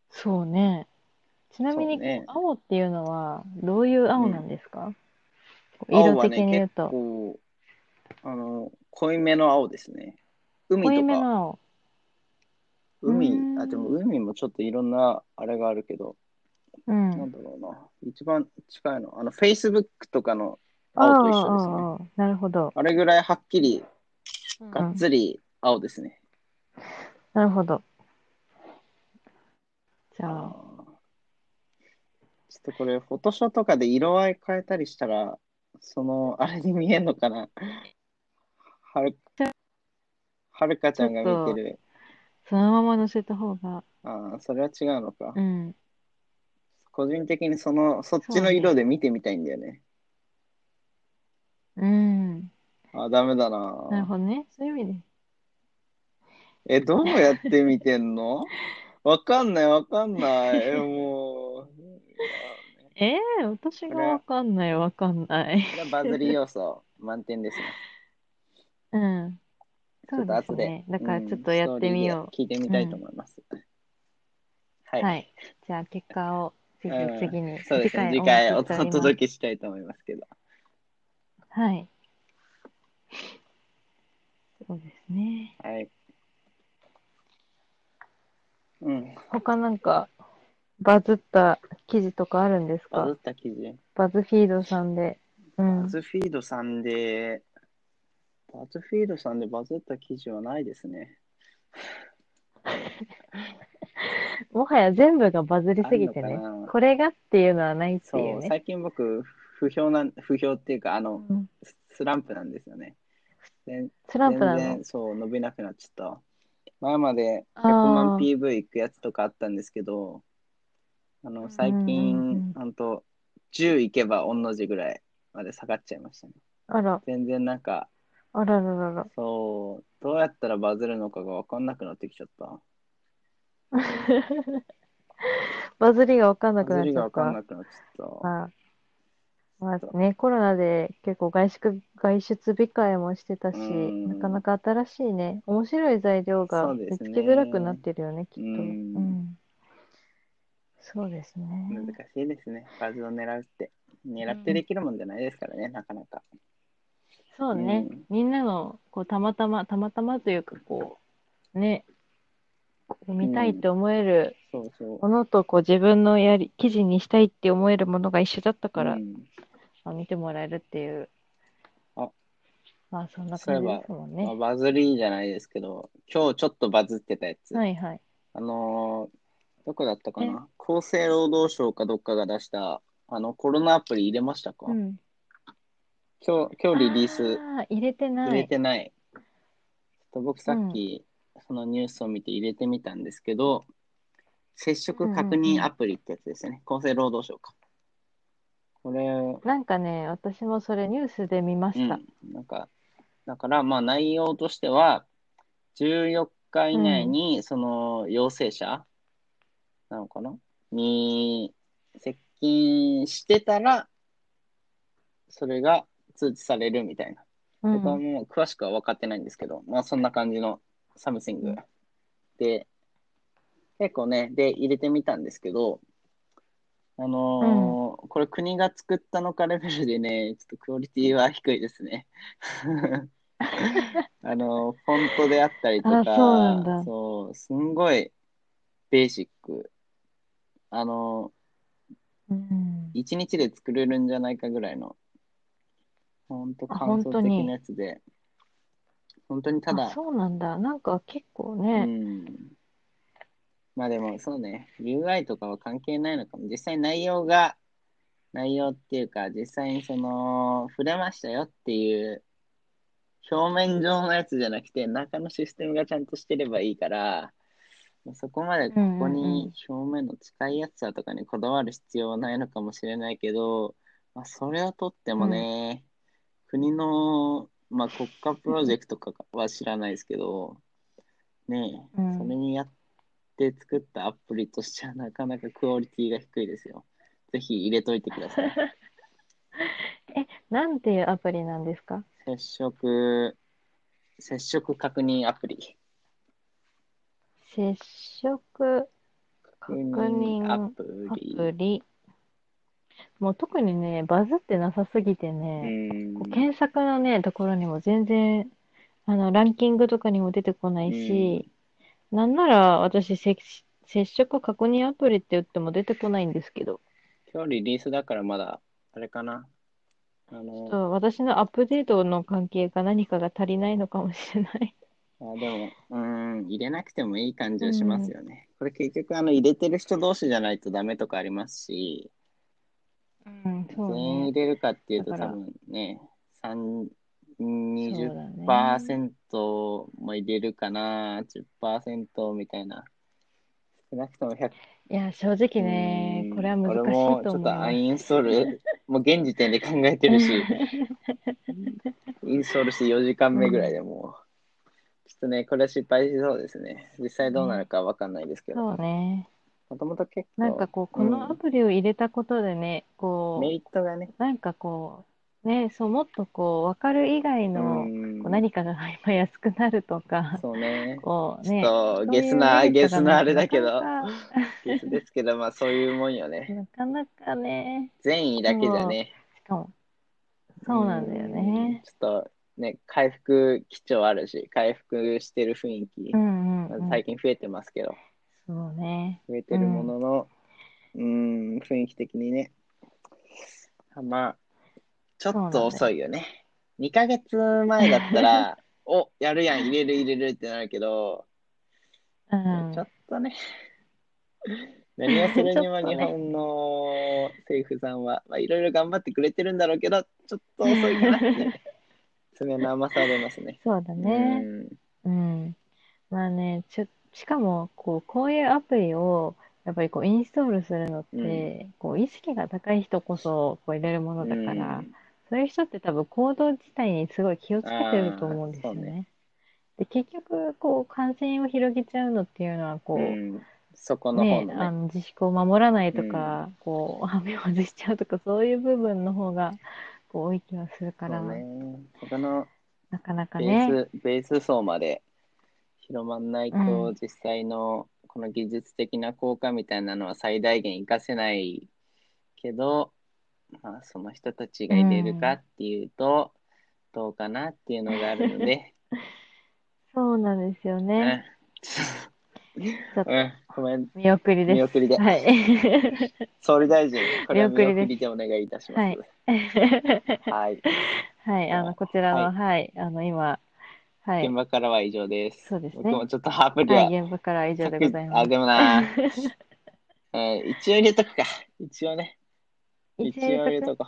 [SPEAKER 2] そうね。ちなみ
[SPEAKER 1] そう
[SPEAKER 2] に、こう、
[SPEAKER 1] ね。
[SPEAKER 2] 青っていうのは、どういう
[SPEAKER 1] う
[SPEAKER 2] 青なん
[SPEAKER 1] ん。
[SPEAKER 2] ですかこう
[SPEAKER 1] 青
[SPEAKER 2] 色
[SPEAKER 1] は
[SPEAKER 2] 的
[SPEAKER 1] ね、
[SPEAKER 2] に言
[SPEAKER 1] 結
[SPEAKER 2] うと、
[SPEAKER 1] 構、あの、濃いめの青ですね。海
[SPEAKER 2] 濃い
[SPEAKER 1] と
[SPEAKER 2] め
[SPEAKER 1] か、
[SPEAKER 2] の青。うー
[SPEAKER 1] 海、あ、でも
[SPEAKER 2] ん、
[SPEAKER 1] 海もちょっといろんなあれがあるけど、
[SPEAKER 2] う。
[SPEAKER 1] なんんだろうな。一番近いの。あの、Facebook とかの
[SPEAKER 2] ああ、
[SPEAKER 1] 青と一緒ですね。
[SPEAKER 2] ああ、ああなるほど。
[SPEAKER 1] あれぐらいはっきり、
[SPEAKER 2] う
[SPEAKER 1] がっ
[SPEAKER 2] ん、
[SPEAKER 1] つり青ですね。
[SPEAKER 2] なるほど。じ
[SPEAKER 1] あ
[SPEAKER 2] ゃあ、
[SPEAKER 1] ーちょっとこれ、フォトショーとかで色合い変えたりしたら、その、あれに見えるのかな。はる、はるかち
[SPEAKER 2] ちょ
[SPEAKER 1] ゃ
[SPEAKER 2] っ
[SPEAKER 1] んが見て
[SPEAKER 2] と、
[SPEAKER 1] る。
[SPEAKER 2] そのまま乗せた方が、
[SPEAKER 1] ああ、それは違うのか。
[SPEAKER 2] うん、
[SPEAKER 1] 個人的にその、そっち
[SPEAKER 2] そう
[SPEAKER 1] の色
[SPEAKER 2] ね。
[SPEAKER 1] で見てみたいんだよね。
[SPEAKER 2] うん、
[SPEAKER 1] ああ、ダメだ
[SPEAKER 2] なる
[SPEAKER 1] な。
[SPEAKER 2] ほどね。そういう意味で。
[SPEAKER 1] え、どうやって見てんのわかんない、わかんない。え、 もう、いやね
[SPEAKER 2] ええー、私
[SPEAKER 1] こ
[SPEAKER 2] が
[SPEAKER 1] れ
[SPEAKER 2] わ
[SPEAKER 1] は、
[SPEAKER 2] かんない、わかんない。
[SPEAKER 1] これはバズり要素満点ですね。
[SPEAKER 2] うん、
[SPEAKER 1] ちょ
[SPEAKER 2] そ
[SPEAKER 1] っ
[SPEAKER 2] う
[SPEAKER 1] と後
[SPEAKER 2] です
[SPEAKER 1] で、
[SPEAKER 2] ね。だ
[SPEAKER 1] う
[SPEAKER 2] からちょっ
[SPEAKER 1] ん、
[SPEAKER 2] と
[SPEAKER 1] ス
[SPEAKER 2] やっ
[SPEAKER 1] トー
[SPEAKER 2] て
[SPEAKER 1] リー
[SPEAKER 2] み
[SPEAKER 1] で
[SPEAKER 2] よ
[SPEAKER 1] 聞いてみ
[SPEAKER 2] う。う
[SPEAKER 1] たいと
[SPEAKER 2] ん、
[SPEAKER 1] 思います。はい。
[SPEAKER 2] はい。じゃあ、結果をぜ
[SPEAKER 1] う
[SPEAKER 2] ひ
[SPEAKER 1] ん、
[SPEAKER 2] 次に、
[SPEAKER 1] そうで
[SPEAKER 2] 次
[SPEAKER 1] すね。
[SPEAKER 2] 回
[SPEAKER 1] 次
[SPEAKER 2] お待
[SPEAKER 1] 回
[SPEAKER 2] ち
[SPEAKER 1] お
[SPEAKER 2] しておりま
[SPEAKER 1] 届
[SPEAKER 2] す。
[SPEAKER 1] けしたいと思いますけど。
[SPEAKER 2] はい、そうですね。
[SPEAKER 1] はい。うん。
[SPEAKER 2] 他なんか、バズった記事とかあるんです
[SPEAKER 1] バズ
[SPEAKER 2] か
[SPEAKER 1] った記事。
[SPEAKER 2] バズフィードさんで。う
[SPEAKER 1] バ
[SPEAKER 2] ん、
[SPEAKER 1] ズフィードさんで、バズフィードさんでバズった記事はないですね。
[SPEAKER 2] もはや全部がバズりすぎて
[SPEAKER 1] ある
[SPEAKER 2] ね
[SPEAKER 1] のかな。
[SPEAKER 2] これがっていうのはないって
[SPEAKER 1] そう、
[SPEAKER 2] いうね。
[SPEAKER 1] 最近僕、不評なん、不評っていうか、あの、
[SPEAKER 2] うん
[SPEAKER 1] ススランプなんですよね。全
[SPEAKER 2] スランプな
[SPEAKER 1] 全
[SPEAKER 2] の
[SPEAKER 1] 然、。そう、伸びなくなっちゃった。前まで
[SPEAKER 2] あー
[SPEAKER 1] 100万 PV いくやつとかあったんですけど、あの、最
[SPEAKER 2] うんうんうん
[SPEAKER 1] 近、ほんと、10いけば御の字ぐらいまで下がっちゃいましたね。
[SPEAKER 2] あら、
[SPEAKER 1] 全然なんか、
[SPEAKER 2] あらららら。
[SPEAKER 1] そう、どうやったらバズるのかが分かんなくなってきちゃった。
[SPEAKER 2] バズりが分かんなく
[SPEAKER 1] バ
[SPEAKER 2] な
[SPEAKER 1] ズ
[SPEAKER 2] っ
[SPEAKER 1] り
[SPEAKER 2] ち
[SPEAKER 1] が
[SPEAKER 2] ゃっ
[SPEAKER 1] 分かんな
[SPEAKER 2] た。
[SPEAKER 1] くなっちゃった。
[SPEAKER 2] まあ、まあね、コロナで結構外出、外出控えもしてたし、
[SPEAKER 1] うん
[SPEAKER 2] なかなか新しいね、面白い材料が
[SPEAKER 1] そうで
[SPEAKER 2] 見
[SPEAKER 1] すね
[SPEAKER 2] つけづらくなってるよね、き
[SPEAKER 1] う
[SPEAKER 2] っと。
[SPEAKER 1] ん
[SPEAKER 2] うんそうですね。
[SPEAKER 1] 難しいですね。バズを狙うって。狙ってできるもんじゃないですからね、なかなか。
[SPEAKER 2] そうね、
[SPEAKER 1] うん
[SPEAKER 2] みんなのこうたまたま、たまたまというか、こう、ね、こう見たいって思える
[SPEAKER 1] そうそう。
[SPEAKER 2] ものと、こう自分のやり、記事にしたいって思えるものが一緒だったから、
[SPEAKER 1] うん
[SPEAKER 2] まあ、見てもらえるっていう。
[SPEAKER 1] あ
[SPEAKER 2] まあ、そんな
[SPEAKER 1] そういえ
[SPEAKER 2] 感じ
[SPEAKER 1] ば
[SPEAKER 2] ですもん
[SPEAKER 1] まあ、
[SPEAKER 2] ね。
[SPEAKER 1] バズりじゃないですけど、今日ちょっとバズってたやつ。
[SPEAKER 2] はいはい。
[SPEAKER 1] あのーどこだったかな厚生労働省かどっかが出した、あの、コロナアプリ入れましたか、
[SPEAKER 2] うん。
[SPEAKER 1] 今日、今日リリース
[SPEAKER 2] あー入れてない。
[SPEAKER 1] 入れてない。ちょっと僕さっき、そのニュースを見て入れてみたんですけど、接触確認アプリってやつですよね。厚生労働省か。これ、
[SPEAKER 2] なんかね、私もそれニュースで見ました。
[SPEAKER 1] うん、なんか、だから、まあ内容としては、14日以内に、その陽性者なのかな、に接近してたら、それが通知されるみたいな。
[SPEAKER 2] うん。
[SPEAKER 1] 僕はもう詳しくは分かってないんですけど、まあそんな感じのサムシングで、結構ね、で入れてみたんですけど、あのーこれ国が作ったのかレベルでね、ちょっとクオリティは低いです ね。あのーフォントであったりとか、
[SPEAKER 2] あそうなんだ
[SPEAKER 1] そうすんごいベーシック。あの
[SPEAKER 2] うん
[SPEAKER 1] ー、1日で作れるんじゃないかぐらいの、ほんと
[SPEAKER 2] あ
[SPEAKER 1] 感
[SPEAKER 2] 本
[SPEAKER 1] 想
[SPEAKER 2] 当に
[SPEAKER 1] 的なやつで、本当にた
[SPEAKER 2] あ
[SPEAKER 1] だ、
[SPEAKER 2] そうなんだ。なんか結構
[SPEAKER 1] う
[SPEAKER 2] ね、
[SPEAKER 1] んまあでもそうね、UI とかは関係ないのかも。実際内容が、内容っていうか、実際にその、触れましたよっていう、表面上のやつじゃなくて、中のシステムがちゃんとしてればいいから、そこまでここに表面の使いやすさとかにこだわる必要はないのかもしれないけど、まあ、それをとってもね、国の、まあ、国家プロジェクトとかは知らないですけど、ねえ、
[SPEAKER 2] うん
[SPEAKER 1] それにやって作ったアプリとしてはなかなかクオリティが低いですよ。ぜひ入れといてくださ い。
[SPEAKER 2] なんていうアプリなんですか
[SPEAKER 1] 接触、接触確認アプリ。
[SPEAKER 2] 接触
[SPEAKER 1] 確
[SPEAKER 2] 認
[SPEAKER 1] アプ
[SPEAKER 2] ア
[SPEAKER 1] リ。
[SPEAKER 2] プリ。もう特にね、バズってなさすぎて
[SPEAKER 1] う
[SPEAKER 2] ね、
[SPEAKER 1] ん
[SPEAKER 2] こう検索のね、ところにも全然、あの、ランキングとかにも出てこないし、なんなら私、せ接触確認アプリって言っても出てこないんですけど、
[SPEAKER 1] 今日リリースだからまだ、あれかな。あ
[SPEAKER 2] ちょっ
[SPEAKER 1] の、
[SPEAKER 2] と私のアップデートの関係か何かが足りないのかもしれない。
[SPEAKER 1] あでも、うん、入れなくてもいい感じはしますよね。これ結局、あの、入れてる人同士じゃないとダメとかありますし、
[SPEAKER 2] うん、そう
[SPEAKER 1] 全員入
[SPEAKER 2] ね。
[SPEAKER 1] れるかっていうと
[SPEAKER 2] だか
[SPEAKER 1] 多
[SPEAKER 2] ら
[SPEAKER 1] 分ね、3、
[SPEAKER 2] そう
[SPEAKER 1] 20%
[SPEAKER 2] だね。
[SPEAKER 1] も入れるかな、10%みたいな。少なくとも100
[SPEAKER 2] いや、正直ね
[SPEAKER 1] う、ん
[SPEAKER 2] これは難しい
[SPEAKER 1] 俺もち
[SPEAKER 2] と
[SPEAKER 1] ょっ
[SPEAKER 2] 思
[SPEAKER 1] と
[SPEAKER 2] いま
[SPEAKER 1] ア
[SPEAKER 2] す
[SPEAKER 1] ンインストー ル、もう現時点で考えてるし、インストールして4時間目ぐらいでもう、ちょっとね、これは失敗しそうですね。実際どうなるかわかんないですけど、
[SPEAKER 2] そうね。
[SPEAKER 1] もともと結構、
[SPEAKER 2] なんかこう、こ
[SPEAKER 1] うん
[SPEAKER 2] のアプリを入れたことでね、こ
[SPEAKER 1] メリットがね、
[SPEAKER 2] う、なんかこう、ね、そう、もっとこう、わかる以外の、
[SPEAKER 1] ん
[SPEAKER 2] こう何かが今安くなるとか、
[SPEAKER 1] そうね。
[SPEAKER 2] こう
[SPEAKER 1] ち
[SPEAKER 2] ね、
[SPEAKER 1] ょっと、
[SPEAKER 2] そう
[SPEAKER 1] ゲ
[SPEAKER 2] い
[SPEAKER 1] ス
[SPEAKER 2] う
[SPEAKER 1] な、
[SPEAKER 2] メリ
[SPEAKER 1] ゲ
[SPEAKER 2] ット
[SPEAKER 1] ス
[SPEAKER 2] が
[SPEAKER 1] な
[SPEAKER 2] な
[SPEAKER 1] あ
[SPEAKER 2] いと
[SPEAKER 1] れだけど、
[SPEAKER 2] なか
[SPEAKER 1] ゲスですけど、まあそういうもんよね。
[SPEAKER 2] なか、なかなかね、
[SPEAKER 1] 善意だけじゃね。
[SPEAKER 2] しかも、そうなんだよ
[SPEAKER 1] うん
[SPEAKER 2] ね。
[SPEAKER 1] ちょっと、ね、回復基調あるし、回復してる雰囲気
[SPEAKER 2] う、んうんうん。
[SPEAKER 1] 最近増えてますけど、
[SPEAKER 2] そうね。
[SPEAKER 1] 増えてるものの、うん、ん、雰囲気的にね。まあ、ちょっと遅いよね。 2ヶ月前だった ら、お、やるやん、入れる入れるってなるけど、
[SPEAKER 2] うん
[SPEAKER 1] ちょっとね、何をするにも
[SPEAKER 2] ちょっとね
[SPEAKER 1] 日本の政府さん は、まあ、いろいろ頑張ってくれてるんだろうけど、ちょっと遅いかなって、爪の甘さは出ますね。
[SPEAKER 2] そうだ
[SPEAKER 1] う
[SPEAKER 2] ね。
[SPEAKER 1] ん
[SPEAKER 2] うん。まあね、ちょ、しかも、こう、こういうアプリを、やっぱりこう、インストールするのって、こう、意識が高い人こそ、こう、入れるものだから、
[SPEAKER 1] うん
[SPEAKER 2] そういう人って多分行動自体にすごい気をつけてると思うんですよ
[SPEAKER 1] あーそう
[SPEAKER 2] ね。で、結局、こう、感染を広げちゃうのっていうのは、こう、
[SPEAKER 1] うんそこの方
[SPEAKER 2] ね、
[SPEAKER 1] のね。
[SPEAKER 2] あの自粛を守らないとか、こう、羽目を外しちゃうとか、 そういう部分の方が、こう、多い気はするから、
[SPEAKER 1] そうねそこの
[SPEAKER 2] なかなか
[SPEAKER 1] ベ
[SPEAKER 2] ね、
[SPEAKER 1] ース、ベース層まで広まんないと、
[SPEAKER 2] うん
[SPEAKER 1] 実際のこの技術的な効果みたいなのは最大限活かせないけど、まあ、その人たちが入れるかっていうと、どうかなっていうのがあるので、
[SPEAKER 2] そうなんですよ
[SPEAKER 1] う
[SPEAKER 2] ね。
[SPEAKER 1] ん、
[SPEAKER 2] ちょっと
[SPEAKER 1] うんごめん、
[SPEAKER 2] 見送りです。
[SPEAKER 1] 見送りで
[SPEAKER 2] はい。
[SPEAKER 1] 総理大臣、これは見
[SPEAKER 2] 見送りです
[SPEAKER 1] 送りでお願いいたします。
[SPEAKER 2] はい
[SPEAKER 1] はい、
[SPEAKER 2] はい、あの、こちらの、はい、あの、今、はい
[SPEAKER 1] 現、場からは以上です。
[SPEAKER 2] そうですね
[SPEAKER 1] 僕もちょっとアプリは
[SPEAKER 2] はい、現場からは以上でございま
[SPEAKER 1] あ、
[SPEAKER 2] す。
[SPEAKER 1] でも な、えー一応入れとくか。一応ね。一応入れとこ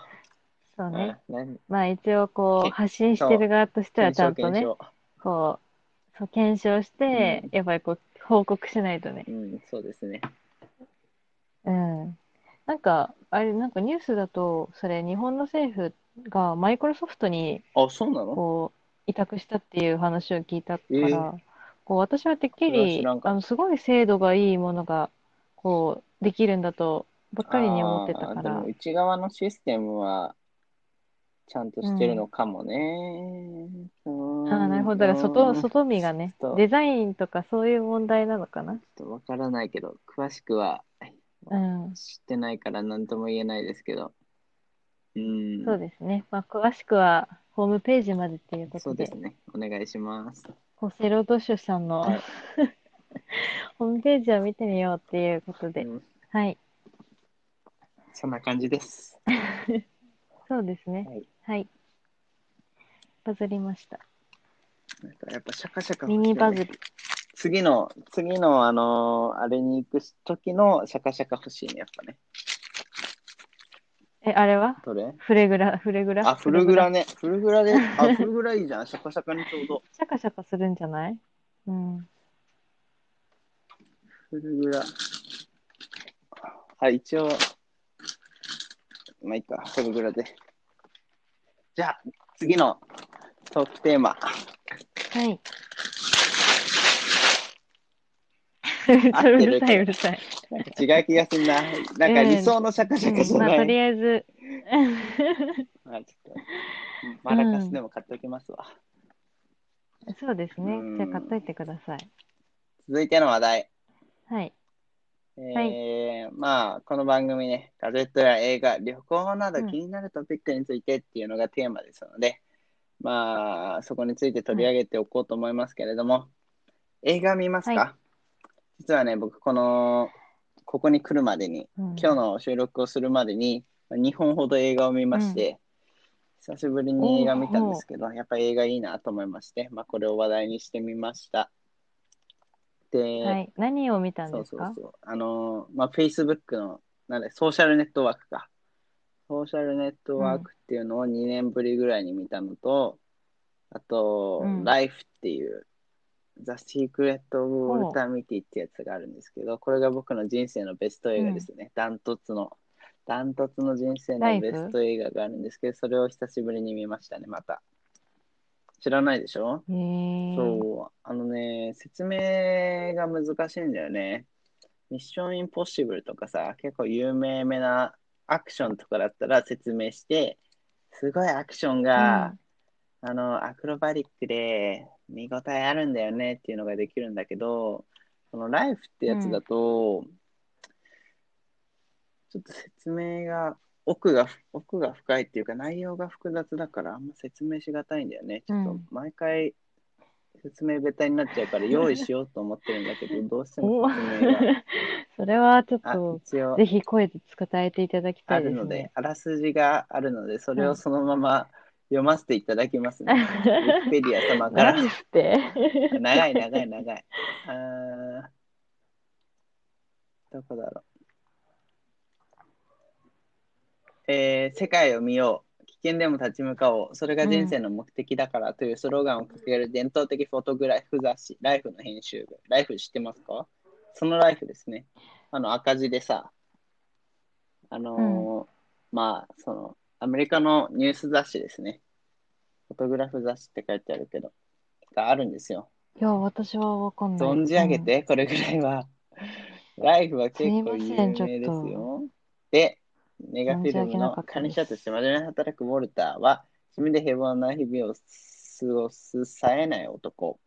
[SPEAKER 2] そう
[SPEAKER 1] う。
[SPEAKER 2] ね。
[SPEAKER 1] うん何
[SPEAKER 2] まあ、一応、こ
[SPEAKER 1] け
[SPEAKER 2] う、発信してる側としては、ちゃんと
[SPEAKER 1] 検
[SPEAKER 2] ね、
[SPEAKER 1] 証
[SPEAKER 2] こう、そう、検証して、
[SPEAKER 1] うん
[SPEAKER 2] やっぱりこう、報告しないとね。
[SPEAKER 1] 検証うん、そうですね。
[SPEAKER 2] うん。なんか、あれ、なんかニュースだと、それ、日本の政府がマイクロソフトに、
[SPEAKER 1] あ、そうなの
[SPEAKER 2] こう、委託したっていう話を聞いたか
[SPEAKER 1] えー
[SPEAKER 2] ら、こう、私はてっき
[SPEAKER 1] それは知
[SPEAKER 2] り、
[SPEAKER 1] らんかった
[SPEAKER 2] あの、すごい精度がいいものが、こう、できるんだと、ばっかりに思ってた
[SPEAKER 1] あ
[SPEAKER 2] か
[SPEAKER 1] ーで
[SPEAKER 2] ら
[SPEAKER 1] も、、内側のシステムは、ちゃんとしてるのかもね。う
[SPEAKER 2] ああ、なるほど。だから、
[SPEAKER 1] う
[SPEAKER 2] 外、
[SPEAKER 1] んちょっ
[SPEAKER 2] 外見がね、
[SPEAKER 1] そう
[SPEAKER 2] デザインとかそういう問題なのかな。
[SPEAKER 1] とわからないけど、詳しくは
[SPEAKER 2] うん。
[SPEAKER 1] 知ってないから何とも言えないですけど。うん。
[SPEAKER 2] そうですね。まあ、詳しくは、ホームページまでっていうこと
[SPEAKER 1] そう
[SPEAKER 2] で、
[SPEAKER 1] ですね。お願いします。
[SPEAKER 2] 厚生労働省さんの
[SPEAKER 1] はい
[SPEAKER 2] ホームページを見てみようっていうことで、
[SPEAKER 1] うん
[SPEAKER 2] はい。
[SPEAKER 1] そんな感じです。
[SPEAKER 2] そうですね。
[SPEAKER 1] はい
[SPEAKER 2] はい。バズりました。
[SPEAKER 1] なんかやっぱシャカシャカ、
[SPEAKER 2] ミニバズり。
[SPEAKER 1] 次の、次の、あのーあれに行く時のシャカシャカ欲しいね、やっぱね。
[SPEAKER 2] え、あれは
[SPEAKER 1] どれ
[SPEAKER 2] フレグラ、フレグラ
[SPEAKER 1] あ、フルグラね。フルグラで、あ、フルグラいいじゃん。シャカシャカにちょうど。
[SPEAKER 2] シャカシャカするんじゃないうん。
[SPEAKER 1] フルグラ。はい、一応、まあいいか、フルグラで。じゃあ、次のトークテーマ。
[SPEAKER 2] はい。 うるさい、うるさい。
[SPEAKER 1] なんか違う気がすんな。なんか理想のシャカシャカじ
[SPEAKER 2] うん
[SPEAKER 1] ゃ
[SPEAKER 2] ま
[SPEAKER 1] な
[SPEAKER 2] あ、と
[SPEAKER 1] い。
[SPEAKER 2] りあえず、
[SPEAKER 1] まあ、ちょっと、マラカスでも買っておきますわ。
[SPEAKER 2] そうですね
[SPEAKER 1] うん。
[SPEAKER 2] じゃあ、買っといてください。
[SPEAKER 1] 続いての話題。
[SPEAKER 2] はい。
[SPEAKER 1] えーまあ、この番組ね、ガジェットや映画、旅行など気になるトピックについてっていうのがテーマですので、まあ、そこについて取り上げておこうと思いますけれども、映画見ますか、
[SPEAKER 2] は
[SPEAKER 1] 実はね、僕、この、ここに来るまでに、
[SPEAKER 2] 今
[SPEAKER 1] 今日の収録をするまでに、2本ほど映画を見まして、久しぶりに映画見たんですけど、やっぱ映画いいなと思いまして、まあ、これを話題にしてみました。で、
[SPEAKER 2] はい。何を見たん
[SPEAKER 1] そう
[SPEAKER 2] です
[SPEAKER 1] そう
[SPEAKER 2] か
[SPEAKER 1] そう。あのーまあ、Facebook の、なんで、ソーシャルネットワークか。ソーシャルネットワークっていうのを2年ぶりぐらいに見たのと、あと、
[SPEAKER 2] うん
[SPEAKER 1] Life っていう、The Secret of Ultimity ってやつがあるんですけど、これが僕の人生のベスト映画ですね。ダントツの。ダントツの人生の
[SPEAKER 2] Life？
[SPEAKER 1] ベスト映画があるんですけど、それを久しぶりに見ましたね、また。知らないでしょ
[SPEAKER 2] へー
[SPEAKER 1] そう、あのね、説明が難しいんだよね。ミッションインポッシブルとかさ、結構有名めなアクションとかだったら説明して、すごいアクションが、あの、アクロバリックで見応えあるんだよねっていうのができるんだけど、このライフってやつだと、ちょっと説明が、奥が、奥が深いっていうか内容が複雑だからあんま説明しがたいんだよね。ちょっ
[SPEAKER 2] う
[SPEAKER 1] と
[SPEAKER 2] ん
[SPEAKER 1] 毎回説明ベタになっちゃう から用意しようと思ってるんだけど、どうして
[SPEAKER 2] お
[SPEAKER 1] も説明が。
[SPEAKER 2] それはちょっ
[SPEAKER 1] あ
[SPEAKER 2] と、
[SPEAKER 1] 一応
[SPEAKER 2] ぜひ声で伝えていただきた
[SPEAKER 1] あ
[SPEAKER 2] いで
[SPEAKER 1] る
[SPEAKER 2] す
[SPEAKER 1] ので
[SPEAKER 2] ね。
[SPEAKER 1] あらすじがあるので、それをそのまま読ませていただきます ね。ウィキペディア様か
[SPEAKER 2] な
[SPEAKER 1] ら
[SPEAKER 2] ん。て。
[SPEAKER 1] 長い長い長い。あーどこだろう。えー世界を見よう。危険でも立ち向かおう。それが人生の目的だからというスローガンを掲げる伝統的フォトグラフ雑誌、ライフの編集部。ライフ知ってますかそのライフですね。あの赤字でさ、あのーまあ、その、アメリカのニュース雑誌ですね。フォトグラフ雑誌って書いてあるけど、があるんですよ。
[SPEAKER 2] いや、私はわかんない。
[SPEAKER 1] 存じ上げて、これぐらいは。ライフは結構有名です
[SPEAKER 2] すいませんち
[SPEAKER 1] よ。で、ネガフィルムの管理者として真面目に働くウォルターは、趣味で平凡な日々を過ごすさえない男。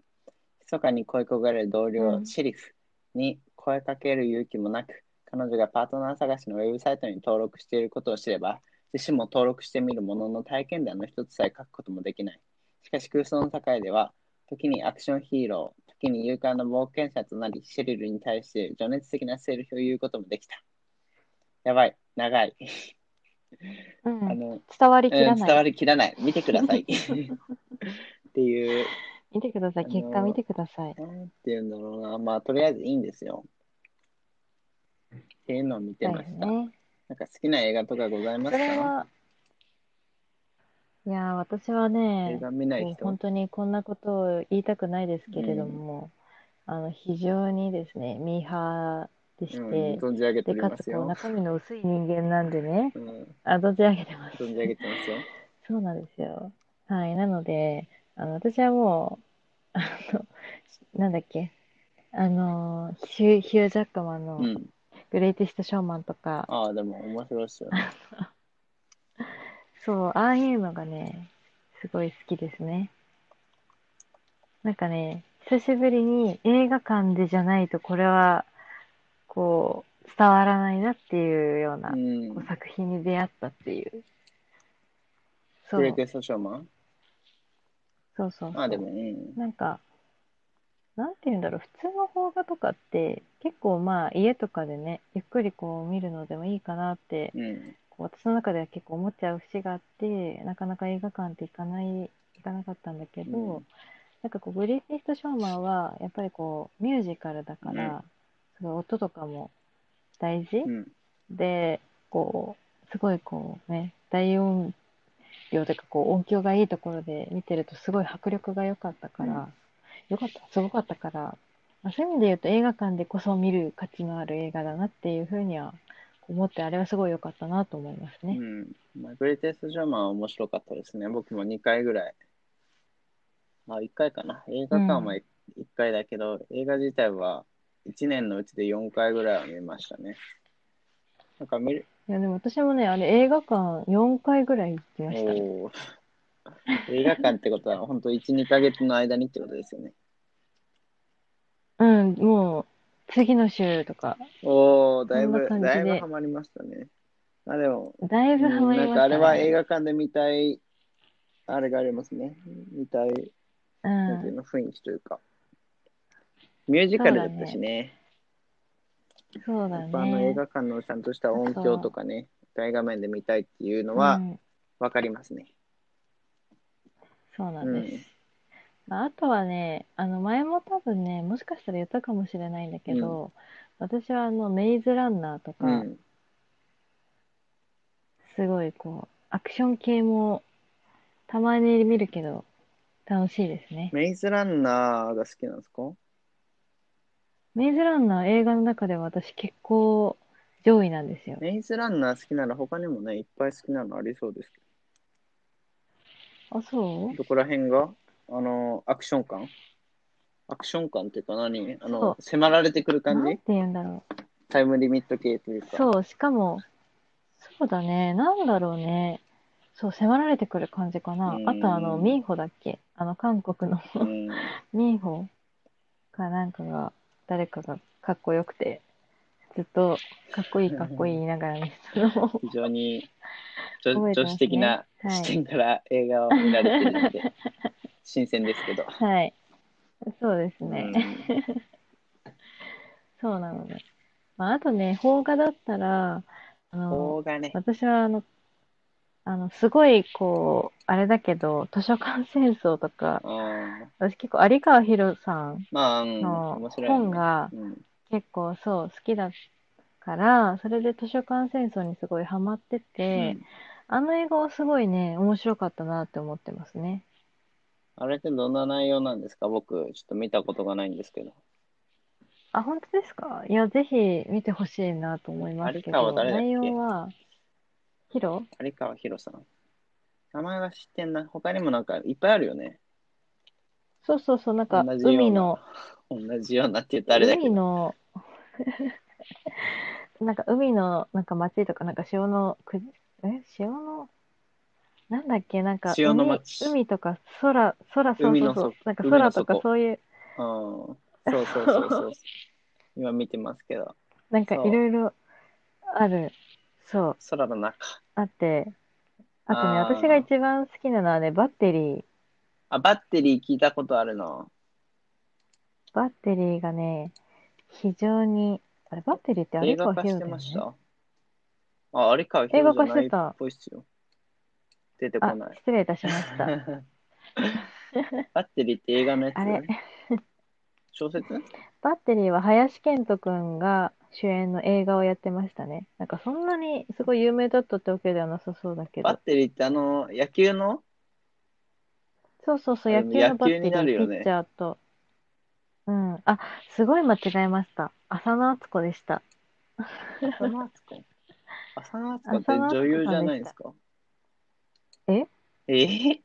[SPEAKER 1] 密かに恋焦がれる同僚、
[SPEAKER 2] うん
[SPEAKER 1] シェリフに声かける勇気もなく、彼女がパートナー探しのウェブサイトに登録していることを知れば、自身も登録してみるものの体験談の一つさえ書くこともできない。しかし空想の世界では、時にアクションヒーロー、時に勇敢な冒険者となり、シェリルに対して情熱的なセリフを言うこともできた。やばい、長い。
[SPEAKER 2] う
[SPEAKER 1] あ
[SPEAKER 2] ん
[SPEAKER 1] の、
[SPEAKER 2] 伝わりきら
[SPEAKER 1] うん
[SPEAKER 2] ない。
[SPEAKER 1] 伝わりきらない。見てくだ さい。っていう、
[SPEAKER 2] 見てください。
[SPEAKER 1] あの
[SPEAKER 2] 結果見てください。
[SPEAKER 1] なんていうんだろうな。まあ、とりあえずいいんですよ。っていうのを見てました。
[SPEAKER 2] だよね。
[SPEAKER 1] なんか好きな映画とかございま
[SPEAKER 2] そ
[SPEAKER 1] す
[SPEAKER 2] れ
[SPEAKER 1] か
[SPEAKER 2] は、いや、私は
[SPEAKER 1] 映
[SPEAKER 2] ね、
[SPEAKER 1] 画見ない
[SPEAKER 2] もう
[SPEAKER 1] 人
[SPEAKER 2] 本。当にこんなことを言いたくないですけれども、あの非常にですね、ミーハーでし
[SPEAKER 1] うん、
[SPEAKER 2] て、
[SPEAKER 1] 存じ上げてお
[SPEAKER 2] で、
[SPEAKER 1] り
[SPEAKER 2] か
[SPEAKER 1] ま
[SPEAKER 2] つ
[SPEAKER 1] す
[SPEAKER 2] こう
[SPEAKER 1] よ。
[SPEAKER 2] 中身の薄い人間なんでね、
[SPEAKER 1] うん、
[SPEAKER 2] あ、存じ上げてます。
[SPEAKER 1] 存じ上げてますよ。
[SPEAKER 2] そうなんですよ。はい。なので、あの、私はもう、あの、なんだっけ、あの、ヒュー、ヒュージャックマンの
[SPEAKER 1] うん。
[SPEAKER 2] グレイティストショーマンとか、
[SPEAKER 1] ああ、でも面白いっすよね。
[SPEAKER 2] そう、ああいうのがね、すごい好きですね。なんかね、久しぶりに映画館でじゃないとこれは、こう、伝わらないなっていうような
[SPEAKER 1] う、ん
[SPEAKER 2] こう。作品に出会ったっていう。そ
[SPEAKER 1] グレイ
[SPEAKER 2] う、
[SPEAKER 1] テストショーマン
[SPEAKER 2] そうそう
[SPEAKER 1] まあ
[SPEAKER 2] そ
[SPEAKER 1] で
[SPEAKER 2] う。
[SPEAKER 1] も、うん。
[SPEAKER 2] なんか、なんて言うんだろう、普通の邦画とかって、結構まあ家とかでね、ゆっくりこう見るのでもいいかなって、
[SPEAKER 1] うん。
[SPEAKER 2] こう私の中では結構思っちゃう節があって、なかなか映画館って行かない、行かなかったんだけ
[SPEAKER 1] う
[SPEAKER 2] ど
[SPEAKER 1] ん、
[SPEAKER 2] なんかこう、グリーティスト・ショーマンは、やっぱりこう、ミュージカルだか
[SPEAKER 1] う
[SPEAKER 2] ら、すごい音とかも大事
[SPEAKER 1] うん。
[SPEAKER 2] で、こう、すごいこうね、大音量というかこう音響がいいところで見てるとすごい迫力が良かったか
[SPEAKER 1] う
[SPEAKER 2] ら、良かった、すごかったから、まあ、そういう意味で言うと映画館でこそ見る価値のある映画だなっていうふうには思って、あれはすごい良かったなと思いますね。
[SPEAKER 1] うん。まあ、グレイテストジャーマンは面白かったですね。僕も2回ぐらい。あ、1回かな。映画館は1回だけど、映画自体は1年のうちで4回ぐらいは見ましたね。なんか見る、
[SPEAKER 2] いや、でも私もね、あれ映画館4回ぐらい行きましたね。
[SPEAKER 1] おー映画館ってことは、本当1、2ヶ月の間にってことですよね。
[SPEAKER 2] うん、もう次の週とか、
[SPEAKER 1] おお、だいぶ、
[SPEAKER 2] そんな
[SPEAKER 1] だい
[SPEAKER 2] 感じ
[SPEAKER 1] ぶ
[SPEAKER 2] で
[SPEAKER 1] ハマりましたね。まあでも、
[SPEAKER 2] だいぶハマり
[SPEAKER 1] なん
[SPEAKER 2] ま
[SPEAKER 1] かあ
[SPEAKER 2] し
[SPEAKER 1] れ
[SPEAKER 2] た
[SPEAKER 1] は
[SPEAKER 2] ね。
[SPEAKER 1] 映画館で見たい、あれがありますね。見たい、なんていうの、雰囲気というか。ミュージカルだったしね。
[SPEAKER 2] うん、そうだ
[SPEAKER 1] やっぱあの
[SPEAKER 2] ね。
[SPEAKER 1] 映画館のちゃんとした音響とかね、大画面で見たいっていうのは
[SPEAKER 2] うん
[SPEAKER 1] わかりますね。
[SPEAKER 2] そうなんです。
[SPEAKER 1] うん
[SPEAKER 2] まあ、あとはね、あの前も多分ね、もしかしたら言ったかもしれないんだけど、私はあのメイズランナーと
[SPEAKER 1] う
[SPEAKER 2] か、
[SPEAKER 1] ん。
[SPEAKER 2] すごいこう、アクション系もたまに見るけど、楽しいですね。
[SPEAKER 1] メイズランナーが好きなんですか
[SPEAKER 2] メイズランナー映画の中では私結構上位なんですよ。
[SPEAKER 1] メイズランナー好きなら他にもね、いっぱい好きなのありそうですけ
[SPEAKER 2] あ、そ
[SPEAKER 1] ど。どこら辺があの、アクション感アクション感っていうか何あ
[SPEAKER 2] そう
[SPEAKER 1] の、迫られてくる
[SPEAKER 2] う
[SPEAKER 1] 感
[SPEAKER 2] なん
[SPEAKER 1] じ
[SPEAKER 2] て言うんだろ
[SPEAKER 1] タイムリミット系という
[SPEAKER 2] う。
[SPEAKER 1] か。
[SPEAKER 2] そう、しかも、そうだね、なんだろうね。そう、迫られてくる感じかな。あとあの、
[SPEAKER 1] うん
[SPEAKER 2] ミンホだっけあの、韓国の。
[SPEAKER 1] うん。
[SPEAKER 2] ミーホかなんかが、誰かがかっこよくて、ずっとかっこいいかっこいい言いながらね、その、
[SPEAKER 1] 非常に女,、
[SPEAKER 2] 覚えてますね
[SPEAKER 1] 子的な
[SPEAKER 2] はい
[SPEAKER 1] 視点から映画を見られてるので、 新鮮ですけど。
[SPEAKER 2] はい。そうですね。
[SPEAKER 1] うん
[SPEAKER 2] そうなのね。まあ、あとね、邦画だったら、あの、
[SPEAKER 1] 邦画ね。
[SPEAKER 2] 私はあの、あの、すごい、こう、あれだけど、図書館戦争とか、
[SPEAKER 1] ああ、
[SPEAKER 2] 私結構有川博さん
[SPEAKER 1] まあ、うん、
[SPEAKER 2] の
[SPEAKER 1] 面白い、ね。
[SPEAKER 2] 本が
[SPEAKER 1] うん、
[SPEAKER 2] 結構そう、好きだから、それで図書館戦争にすごいハマってて、あの映画はすごいね、面白かったなって思ってますね。
[SPEAKER 1] あれってどんな内容なんですか僕、ちょっと見たことがないんですけど。
[SPEAKER 2] あ、本当ですかいや、ぜひ見てほしいなと思いますけ
[SPEAKER 1] 有川は
[SPEAKER 2] ど、
[SPEAKER 1] 誰だっけ
[SPEAKER 2] 内容は、ヒロ
[SPEAKER 1] 有川博さん。名前は知ってんな。他にもなんかいっぱいあるよね。
[SPEAKER 2] そうそうそう、なんか、
[SPEAKER 1] 同じような
[SPEAKER 2] 海の、
[SPEAKER 1] 同じようなって言ったらあれだけ
[SPEAKER 2] 海
[SPEAKER 1] ど。
[SPEAKER 2] の、 なんか海の、なんか町とか、なんか潮の国、え、潮の、なんだっけ、なんか
[SPEAKER 1] 潮の
[SPEAKER 2] 海、
[SPEAKER 1] 町
[SPEAKER 2] 海とか空、空、そう
[SPEAKER 1] 海
[SPEAKER 2] そ
[SPEAKER 1] の
[SPEAKER 2] うそう
[SPEAKER 1] 底、
[SPEAKER 2] なんか
[SPEAKER 1] 海の
[SPEAKER 2] 空とか
[SPEAKER 1] 底
[SPEAKER 2] そういう、
[SPEAKER 1] うん。そうそうそう そう。今見てますけど。
[SPEAKER 2] なんかいろいろある、そう、
[SPEAKER 1] 空の中。
[SPEAKER 2] あって、あとね、
[SPEAKER 1] あー
[SPEAKER 2] 私が一番好きなのはね、バッテリー。
[SPEAKER 1] あ、バッテリー聞いたことあるな。
[SPEAKER 2] バッテリーがね、非常に、あれ、バッテリーってあれ
[SPEAKER 1] 映
[SPEAKER 2] か
[SPEAKER 1] 画化
[SPEAKER 2] ヒロ
[SPEAKER 1] して
[SPEAKER 2] だよ
[SPEAKER 1] ま
[SPEAKER 2] ね
[SPEAKER 1] し。た。あ、有川博じゃない
[SPEAKER 2] 映画化してた
[SPEAKER 1] っぽいっすよ。出て
[SPEAKER 2] あ
[SPEAKER 1] こない、。
[SPEAKER 2] 失礼いたし ました。
[SPEAKER 1] バッテリーって映画のやつ
[SPEAKER 2] あれ、
[SPEAKER 1] 小説
[SPEAKER 2] バッテリーは林遣都くんが主演の映画をやってましたね。なんかそんなにすごい有名だったってわけではなさそうだけ
[SPEAKER 1] バッ
[SPEAKER 2] ど。
[SPEAKER 1] テリーってあの、野球の
[SPEAKER 2] そうそうそう、
[SPEAKER 1] あ
[SPEAKER 2] 野
[SPEAKER 1] でも
[SPEAKER 2] 球のバッテリ
[SPEAKER 1] 野球になる
[SPEAKER 2] ー、
[SPEAKER 1] よ
[SPEAKER 2] ピ
[SPEAKER 1] ね
[SPEAKER 2] ッチャーと。うん。あ、すごい間違えました。浅野温子でした。
[SPEAKER 1] 浅野敦子。浅野敦子って
[SPEAKER 2] 浅野温子
[SPEAKER 1] 女優じゃないですか
[SPEAKER 2] え
[SPEAKER 1] えち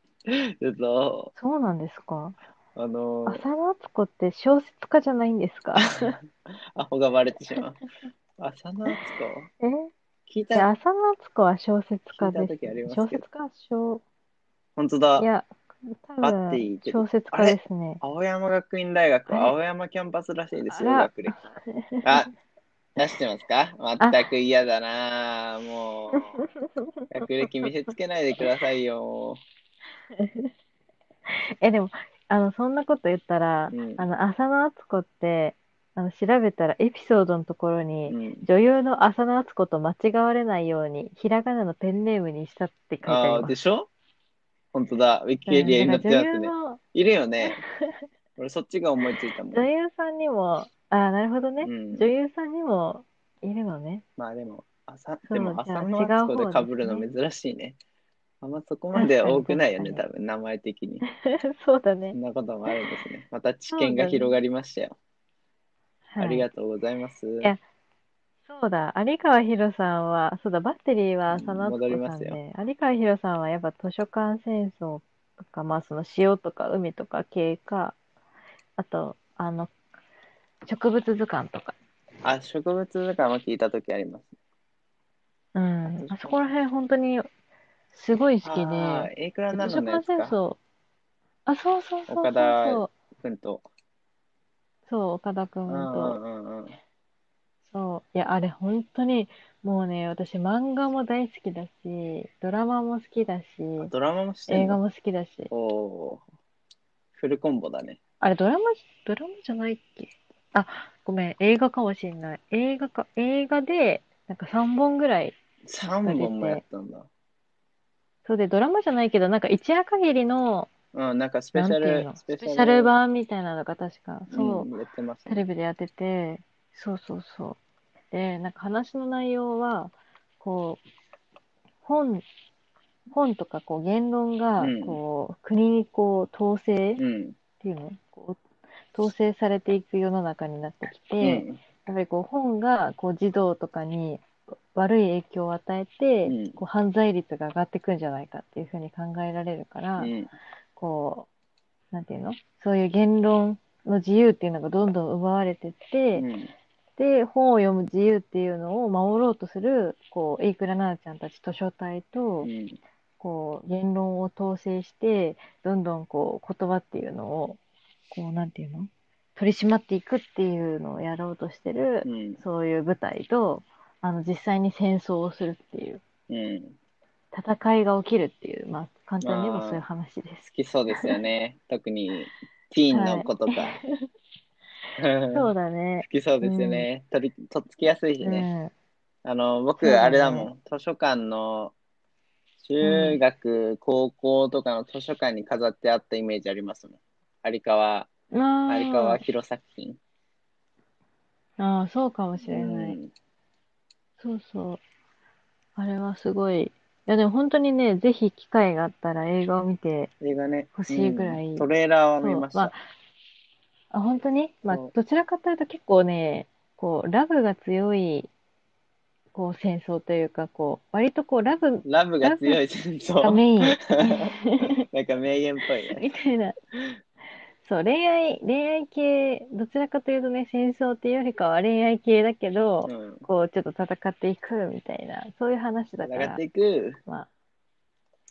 [SPEAKER 1] ょっと、
[SPEAKER 2] そうなんですか
[SPEAKER 1] あのー、
[SPEAKER 2] 浅野温子って小説家じゃないんです か
[SPEAKER 1] アホがバレてしまう。浅野敦
[SPEAKER 2] え
[SPEAKER 1] 子聞い
[SPEAKER 2] いや
[SPEAKER 1] た、
[SPEAKER 2] 浅野温子は小説家
[SPEAKER 1] 聞いた
[SPEAKER 2] です
[SPEAKER 1] 時あり。ますけど
[SPEAKER 2] 小説家小、
[SPEAKER 1] 本当だ
[SPEAKER 2] い。や、多
[SPEAKER 1] バッテリー
[SPEAKER 2] 分
[SPEAKER 1] って
[SPEAKER 2] 小説家ですね。
[SPEAKER 1] 青山学院大学は
[SPEAKER 2] あれ
[SPEAKER 1] 青山キャンパスらしいですよ、
[SPEAKER 2] あら
[SPEAKER 1] 学歴。あ、出してますか全く嫌だなぁ もう。学歴見せつけないでくださいよ。
[SPEAKER 2] え、でも、あの、そんなこと言ったら、
[SPEAKER 1] うん
[SPEAKER 2] あの、浅野温子って、あの、調べたらエピソードのところに、
[SPEAKER 1] うん、
[SPEAKER 2] 女優の浅野温子と間違われないように、ひらがなのペンネームにしたって書いてあ
[SPEAKER 1] あ
[SPEAKER 2] り
[SPEAKER 1] ー
[SPEAKER 2] ま。
[SPEAKER 1] ですしょ本当だ。ウィキペディアに載って
[SPEAKER 2] うんだ
[SPEAKER 1] ま
[SPEAKER 2] から
[SPEAKER 1] す
[SPEAKER 2] 女
[SPEAKER 1] ね
[SPEAKER 2] 優。の、
[SPEAKER 1] いるよ ね。俺そっちが思いついたもん。
[SPEAKER 2] 女優さんにも、あー、なるほどね
[SPEAKER 1] う。ん
[SPEAKER 2] 女、優さんにもいるのね。
[SPEAKER 1] まあでも、朝
[SPEAKER 2] そう
[SPEAKER 1] でも
[SPEAKER 2] じゃあ
[SPEAKER 1] 朝のあつこでかぶるの
[SPEAKER 2] 違う方で
[SPEAKER 1] 珍しいね。あんまそこまで多くないよね、
[SPEAKER 2] 確か
[SPEAKER 1] 多分名前的に。
[SPEAKER 2] そうだ
[SPEAKER 1] そ
[SPEAKER 2] ね。
[SPEAKER 1] んなこともあるんです ね。また知見が広がりましたよ。あり
[SPEAKER 2] はい。
[SPEAKER 1] がとうございます。
[SPEAKER 2] やそうだ、有川博さんは、そうだ、バッテリーは浅野
[SPEAKER 1] 戻
[SPEAKER 2] 温
[SPEAKER 1] り
[SPEAKER 2] 子
[SPEAKER 1] ま
[SPEAKER 2] さ
[SPEAKER 1] す
[SPEAKER 2] ん
[SPEAKER 1] よ
[SPEAKER 2] で、有川博さんはやっぱ図書館戦争とか、まあその潮とか海とか系か、あと、あの、植物図鑑とか。
[SPEAKER 1] あ、植物図鑑は聞いた時あります。
[SPEAKER 2] うん。あそこら辺本当にすごい好き
[SPEAKER 1] あ
[SPEAKER 2] で、
[SPEAKER 1] ー、エイクラナノ
[SPEAKER 2] 図書
[SPEAKER 1] のや
[SPEAKER 2] 館
[SPEAKER 1] つ
[SPEAKER 2] 戦
[SPEAKER 1] か。
[SPEAKER 2] 争、あ、そうそうそうそう
[SPEAKER 1] 岡田
[SPEAKER 2] そう、
[SPEAKER 1] くんと。
[SPEAKER 2] そう、岡田く
[SPEAKER 1] うんんう
[SPEAKER 2] と、
[SPEAKER 1] んうんうん。
[SPEAKER 2] そう、いや、あれ本当に、もうね、私漫画も大好きだし、ドラマも好きだし、
[SPEAKER 1] あドラマもして
[SPEAKER 2] 映
[SPEAKER 1] ん
[SPEAKER 2] 画
[SPEAKER 1] の
[SPEAKER 2] も好きだし、
[SPEAKER 1] おおー。フルコンボだね。
[SPEAKER 2] あれ、ドラマ、ドラマじゃないっけあ、ごめん、映画かもしんない。映画か、映画で、なんか3本ぐらい。
[SPEAKER 1] 3本もやったんだ。
[SPEAKER 2] そうで、ドラマじゃないけど、なんか一夜限りの、
[SPEAKER 1] うん、なんかスペ
[SPEAKER 2] な
[SPEAKER 1] シ
[SPEAKER 2] んて
[SPEAKER 1] ャ
[SPEAKER 2] いう
[SPEAKER 1] ル
[SPEAKER 2] の、スペシャル版みたいなのが確か、そうう、
[SPEAKER 1] ん、やってます
[SPEAKER 2] テレビでやってて、そうそうそう。で、なんか話の内容は、こう、本、本とかこう言論が
[SPEAKER 1] うん、
[SPEAKER 2] こう、国にこう、統制っ
[SPEAKER 1] うん。
[SPEAKER 2] ていうのこう、統制されていく世の中になってき
[SPEAKER 1] う
[SPEAKER 2] て、
[SPEAKER 1] ん。
[SPEAKER 2] やっぱりこう本がこう児童とかに悪い影響を与えて、
[SPEAKER 1] うん
[SPEAKER 2] こう犯罪率が上がってくんじゃないかっていうふうに考えられるから、
[SPEAKER 1] うん。
[SPEAKER 2] こう、なんていうのそういう言論の自由っていうのがどんどん奪われてって、
[SPEAKER 1] うん。
[SPEAKER 2] で、本を読む自由っていうのを守ろうとする、こう、エイクラナナちゃんたち図書隊と、
[SPEAKER 1] うん
[SPEAKER 2] こう、言論を統制して、どんどんこう、言葉っていうのを、こう、なんていうの取り締まっていくっていうのをやろうとしてる、
[SPEAKER 1] うん。
[SPEAKER 2] そういう舞台と、あの、実際に戦争をするっていう、
[SPEAKER 1] うん。
[SPEAKER 2] 戦いが起きるっていう、まあ、簡単に言えばそういう話で
[SPEAKER 1] 好
[SPEAKER 2] す。
[SPEAKER 1] きそうですよ ね。特にティーンの子とか。
[SPEAKER 2] そう
[SPEAKER 1] 好
[SPEAKER 2] だね。
[SPEAKER 1] きそうですよね。とりとっつきやすいし
[SPEAKER 2] う
[SPEAKER 1] ね。
[SPEAKER 2] ん。
[SPEAKER 1] あの、僕、
[SPEAKER 2] そうだね
[SPEAKER 1] あれだもん。図書館の中学、高校とかの図書館に飾ってあったイメージありますもん。有川、
[SPEAKER 2] あ
[SPEAKER 1] 有川博作品。
[SPEAKER 2] ああ、そうかもしれない。
[SPEAKER 1] うん
[SPEAKER 2] そうそう。あれはすごい。いや、でも本当にね、ぜひ機会があったら映画を見て、
[SPEAKER 1] 映画ね。
[SPEAKER 2] 欲しいぐらい
[SPEAKER 1] うんトレーラーは見
[SPEAKER 2] そう
[SPEAKER 1] まし
[SPEAKER 2] まあ
[SPEAKER 1] た。、
[SPEAKER 2] あ、本当にまあ
[SPEAKER 1] そう、
[SPEAKER 2] どちらかというと結構ね、こう、ラブが強い、こう、戦争というか、こう、割とこう、ラブ
[SPEAKER 1] ラブが強い戦争。
[SPEAKER 2] がメイン
[SPEAKER 1] なんか名言っぽいね。
[SPEAKER 2] みたいな。そう、恋愛、恋愛系、どちらかというとね、戦争っていうよりかは恋愛系だけど
[SPEAKER 1] う、ん。
[SPEAKER 2] こう、ちょっと戦っていくみたいな、そういう話だか
[SPEAKER 1] 戦っ
[SPEAKER 2] ら
[SPEAKER 1] て、い く。
[SPEAKER 2] まあ、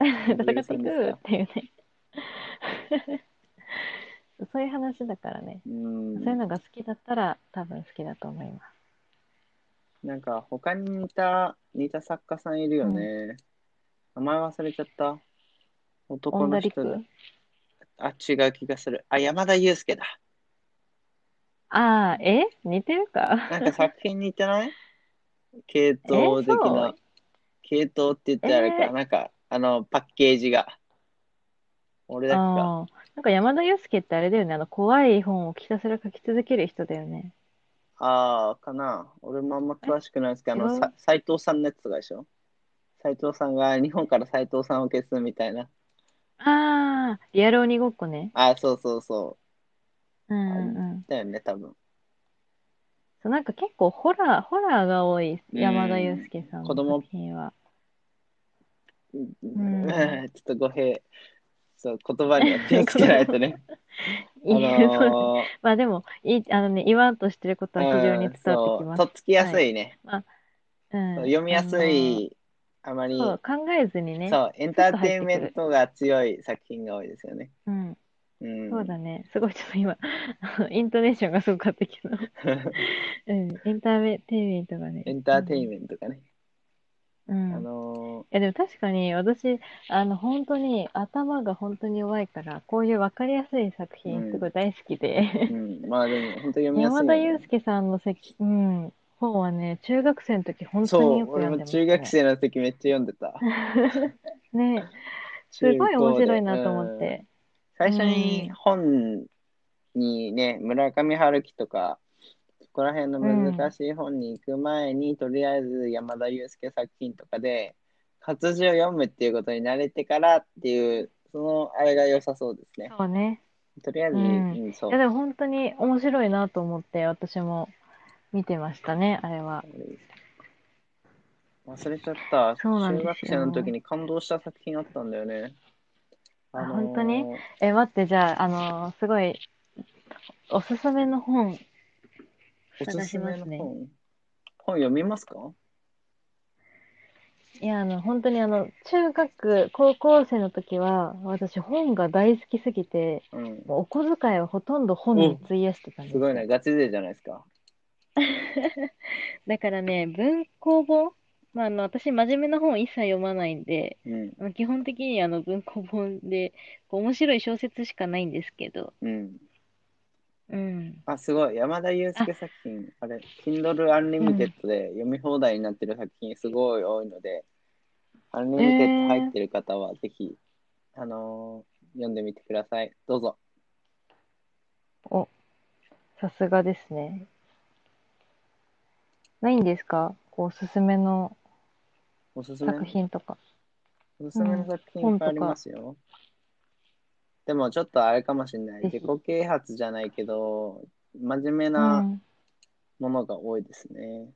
[SPEAKER 1] 戦
[SPEAKER 2] 戦っていくっていうね。 そういう話だからね。
[SPEAKER 1] うん
[SPEAKER 2] そういうのが好きだったら多分好きだと思います。
[SPEAKER 1] なんか他に似た似た作家さんいるよね。名前忘れちゃった。
[SPEAKER 2] オ
[SPEAKER 1] 男
[SPEAKER 2] ンダ
[SPEAKER 1] の
[SPEAKER 2] リ
[SPEAKER 1] 人で。
[SPEAKER 2] ク
[SPEAKER 1] あ、違う気がする。あ、山田裕介だ。
[SPEAKER 2] ああ、え似てるか
[SPEAKER 1] なんか作品似てない 系統的
[SPEAKER 2] え
[SPEAKER 1] な
[SPEAKER 2] そ。
[SPEAKER 1] 系統って言ったらあれか、
[SPEAKER 2] えー
[SPEAKER 1] なんか、あの、パッケージが。俺だけか。
[SPEAKER 2] ああ。なんか山田裕介ってあれだよね。あの、怖い本をひたすら書き続ける人だよね。
[SPEAKER 1] ああ、かな。俺もあんま詳しくないですけど、あ
[SPEAKER 2] 違
[SPEAKER 1] の、
[SPEAKER 2] う
[SPEAKER 1] さ斎藤さんのやつがでしょ斎藤さんが日本から斎藤さんを消すみたいな。
[SPEAKER 2] ああ、リアル鬼ごっこね。
[SPEAKER 1] ああ、そうそうそ
[SPEAKER 2] うんうんうん。
[SPEAKER 1] う。だよね、多分。
[SPEAKER 2] そう、なんか結構ホラー、ホラーが多い山田裕介さんの
[SPEAKER 1] 子供
[SPEAKER 2] 作品は。
[SPEAKER 1] うん ちょっと語弊、そう、言葉には気をつけないとね。あの
[SPEAKER 2] いや そう
[SPEAKER 1] ー
[SPEAKER 2] まあでも、いい、あのね、言わんとしてることは非常に伝わってき
[SPEAKER 1] うんそう
[SPEAKER 2] ま
[SPEAKER 1] と
[SPEAKER 2] す。
[SPEAKER 1] っつきやすいね。
[SPEAKER 2] うん
[SPEAKER 1] そう読みやすい、あま
[SPEAKER 2] あ
[SPEAKER 1] り、
[SPEAKER 2] のそう、考えずにね。
[SPEAKER 1] そう、エンターテインメントが強い作品が多いですよね。
[SPEAKER 2] うん。
[SPEAKER 1] うん、
[SPEAKER 2] そうだね。すごい、ちょっと今、あのイントネーションがすごかったけ ど。うん。エンターテインメントがね。
[SPEAKER 1] エンターテインメントがね。
[SPEAKER 2] うん。
[SPEAKER 1] あ
[SPEAKER 2] うん
[SPEAKER 1] の
[SPEAKER 2] いやでも確かに私、あの本当に頭が本当に弱いから、こういう分かりやすい作
[SPEAKER 1] うん
[SPEAKER 2] 品すごい大好きで、
[SPEAKER 1] ーうん、まあでも、本当読みやすいよ
[SPEAKER 2] 山
[SPEAKER 1] ね、
[SPEAKER 2] 田裕介さんのせき、うん、本はね、中学生の時本当に
[SPEAKER 1] そ
[SPEAKER 2] よ
[SPEAKER 1] う、
[SPEAKER 2] く
[SPEAKER 1] 俺
[SPEAKER 2] 読ん
[SPEAKER 1] も
[SPEAKER 2] でま
[SPEAKER 1] 中学
[SPEAKER 2] した
[SPEAKER 1] 生の時めっちゃ読んでた。
[SPEAKER 2] ね。ね、 すごい面白いなと思って。
[SPEAKER 1] 最初に本にね、村上春樹とか、そこら辺の難しい本に行く前に、とりあえず山田裕介作品とかで、活字を読むっていうことに慣れてからっていう、そのあれが良さそうですね。
[SPEAKER 2] そうね。
[SPEAKER 1] とりあえず、
[SPEAKER 2] うん
[SPEAKER 1] うんそ
[SPEAKER 2] いうや。でも本当に面白いなと思って、私も見てましたね、あれは。
[SPEAKER 1] 忘れちゃった。
[SPEAKER 2] そうなんで
[SPEAKER 1] 中
[SPEAKER 2] すよ
[SPEAKER 1] 学生の時に感動した作品あったんだよね。
[SPEAKER 2] あ
[SPEAKER 1] のー
[SPEAKER 2] 本当にえ、待って、じゃあ、あのすごい、おすすめの
[SPEAKER 1] お
[SPEAKER 2] 本、
[SPEAKER 1] すすめ
[SPEAKER 2] 探しま
[SPEAKER 1] の
[SPEAKER 2] すね
[SPEAKER 1] 本。本読みますか
[SPEAKER 2] いや、あの、本当にあの、中学、高校生の時は、私本が大好きすぎて、
[SPEAKER 1] うん。
[SPEAKER 2] もうお小遣いはほとんど本に費やしてたんです
[SPEAKER 1] す
[SPEAKER 2] よ。
[SPEAKER 1] ごいね、ガチ勢じゃないですか。
[SPEAKER 2] だからね、文庫本、まあ、あの、私真面目な本一切読まないんで、
[SPEAKER 1] うん、
[SPEAKER 2] あの基本的にあの文庫本で、こう面白い小説しかないんですけど、
[SPEAKER 1] うん。
[SPEAKER 2] うん。
[SPEAKER 1] あ、すごい。山田裕介作品、あれ、Kindle Unlimited で読み放題になってる作品すごい多いので、アンリミテッド入ってる方はぜひ、あのー読んでみてください。どうぞ。
[SPEAKER 2] お、さすがですね。ないんですかこう、おすすめの
[SPEAKER 1] おすすめの
[SPEAKER 2] 作品とか。
[SPEAKER 1] おすすめの作品いっぱいありますよ。でもちょっとあれかもしれない。
[SPEAKER 2] ぜ
[SPEAKER 1] 自
[SPEAKER 2] ひ
[SPEAKER 1] 己啓発じゃないけど、真面目
[SPEAKER 2] う。
[SPEAKER 1] なんものが多いですね。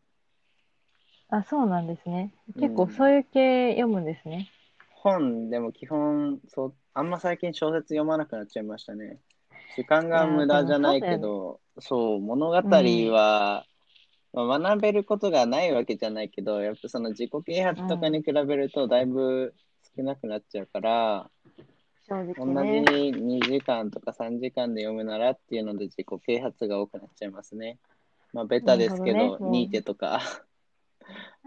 [SPEAKER 2] あ、そうなんですね。
[SPEAKER 1] うん
[SPEAKER 2] 結構そういう系読むんですね。
[SPEAKER 1] 本でも基本そう、あんま最近小説読まなくなっちゃいましたね。時間が無駄じゃないけど、そう,、物語は、まあ学べることがないわけじゃないけど、やっぱその自己啓発とかに比べるとだいぶ少なくなっちゃうから、
[SPEAKER 2] 正
[SPEAKER 1] 同
[SPEAKER 2] 直
[SPEAKER 1] じ
[SPEAKER 2] ね。
[SPEAKER 1] 2時間とか3時間で読むならっていうので自己啓発が多くなっちゃいますね。まあベタですけ
[SPEAKER 2] なる
[SPEAKER 1] ど、
[SPEAKER 2] ほどね
[SPEAKER 1] ニーテとか、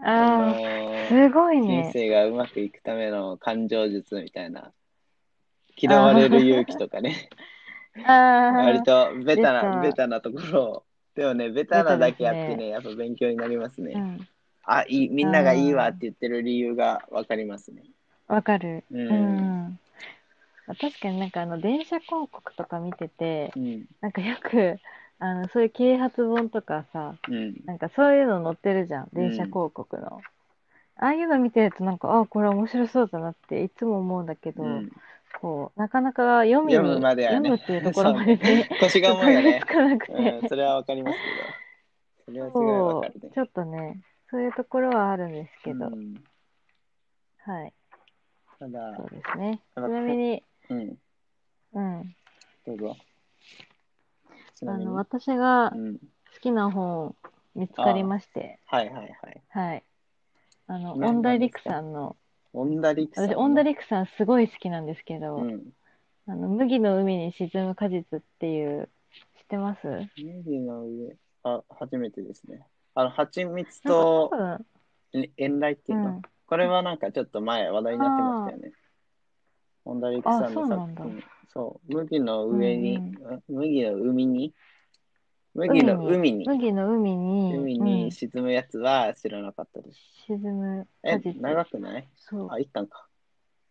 [SPEAKER 2] あ
[SPEAKER 1] の
[SPEAKER 2] あ、
[SPEAKER 1] ー
[SPEAKER 2] すごい
[SPEAKER 1] 人
[SPEAKER 2] ね。
[SPEAKER 1] 生がうまくいくための感情術みたいな嫌われる勇気とかね
[SPEAKER 2] あ
[SPEAKER 1] 割とベタなベ
[SPEAKER 2] 出た
[SPEAKER 1] タなところをでもねベタなだけあって
[SPEAKER 2] ベタ
[SPEAKER 1] ね
[SPEAKER 2] です
[SPEAKER 1] やっぱ勉強になりますね、
[SPEAKER 2] あ、うん。
[SPEAKER 1] あいいみんながいいわって言ってる理由がわかりますね
[SPEAKER 2] わかる。
[SPEAKER 1] う。
[SPEAKER 2] うんん。確かになんかあの電車広告とか見てて、
[SPEAKER 1] うん。
[SPEAKER 2] なんかよく、あの、そういう啓発本とかさ、
[SPEAKER 1] うん。
[SPEAKER 2] なんかそういうの載ってるじゃん、電車広告の。ああいうの見てるとなんか、ああ、これ面白そうだなっていつも思うんだけど、
[SPEAKER 1] うん
[SPEAKER 2] こう、なかなか読みに、
[SPEAKER 1] 読むまではね
[SPEAKER 2] 読むっていうところまで ね、
[SPEAKER 1] 腰が
[SPEAKER 2] たど
[SPEAKER 1] 重いよ
[SPEAKER 2] り
[SPEAKER 1] ね
[SPEAKER 2] 着。かなくて、
[SPEAKER 1] うん。それはわかりますけど。それはすごいわかる
[SPEAKER 2] そ
[SPEAKER 1] ね
[SPEAKER 2] う、。ちょっとね、そういうところはあるんですけど、
[SPEAKER 1] うん
[SPEAKER 2] はい、
[SPEAKER 1] ただ
[SPEAKER 2] そう、ですね。ち
[SPEAKER 1] あ
[SPEAKER 2] なみに、
[SPEAKER 1] うん。
[SPEAKER 2] うん、
[SPEAKER 1] どうぞ。ち
[SPEAKER 2] あ
[SPEAKER 1] なみに
[SPEAKER 2] の、私が
[SPEAKER 1] う
[SPEAKER 2] 好
[SPEAKER 1] ん。
[SPEAKER 2] きな本見つかりまして、
[SPEAKER 1] はいはいはい。
[SPEAKER 2] はい。あの、
[SPEAKER 1] な
[SPEAKER 2] オンダリク
[SPEAKER 1] 何ですか
[SPEAKER 2] さんの、
[SPEAKER 1] オンダリクさん。
[SPEAKER 2] 私、オンダ
[SPEAKER 1] リ
[SPEAKER 2] リクさんすごい好きなんですけど、
[SPEAKER 1] うん。
[SPEAKER 2] あの、麦の海に沈む果実っていう、知ってます
[SPEAKER 1] ネギの上。あ、初めてですね。あの、蜂蜜
[SPEAKER 2] なん
[SPEAKER 1] と
[SPEAKER 2] か多分、
[SPEAKER 1] え遠雷っていううの。
[SPEAKER 2] ん、
[SPEAKER 1] これはなんかちょっと前話題になってましたよね。オンダリクさんの
[SPEAKER 2] あそう
[SPEAKER 1] 作
[SPEAKER 2] なんだ
[SPEAKER 1] 品。そう、麦の上に、
[SPEAKER 2] うん
[SPEAKER 1] あ麦の海に、麦の海に、
[SPEAKER 2] 麦の海に、
[SPEAKER 1] 海
[SPEAKER 2] うん
[SPEAKER 1] に沈むやつは知らなかったです。
[SPEAKER 2] 沈む
[SPEAKER 1] え
[SPEAKER 2] 果、実。
[SPEAKER 1] 長くない
[SPEAKER 2] そう。
[SPEAKER 1] あ、一巻か。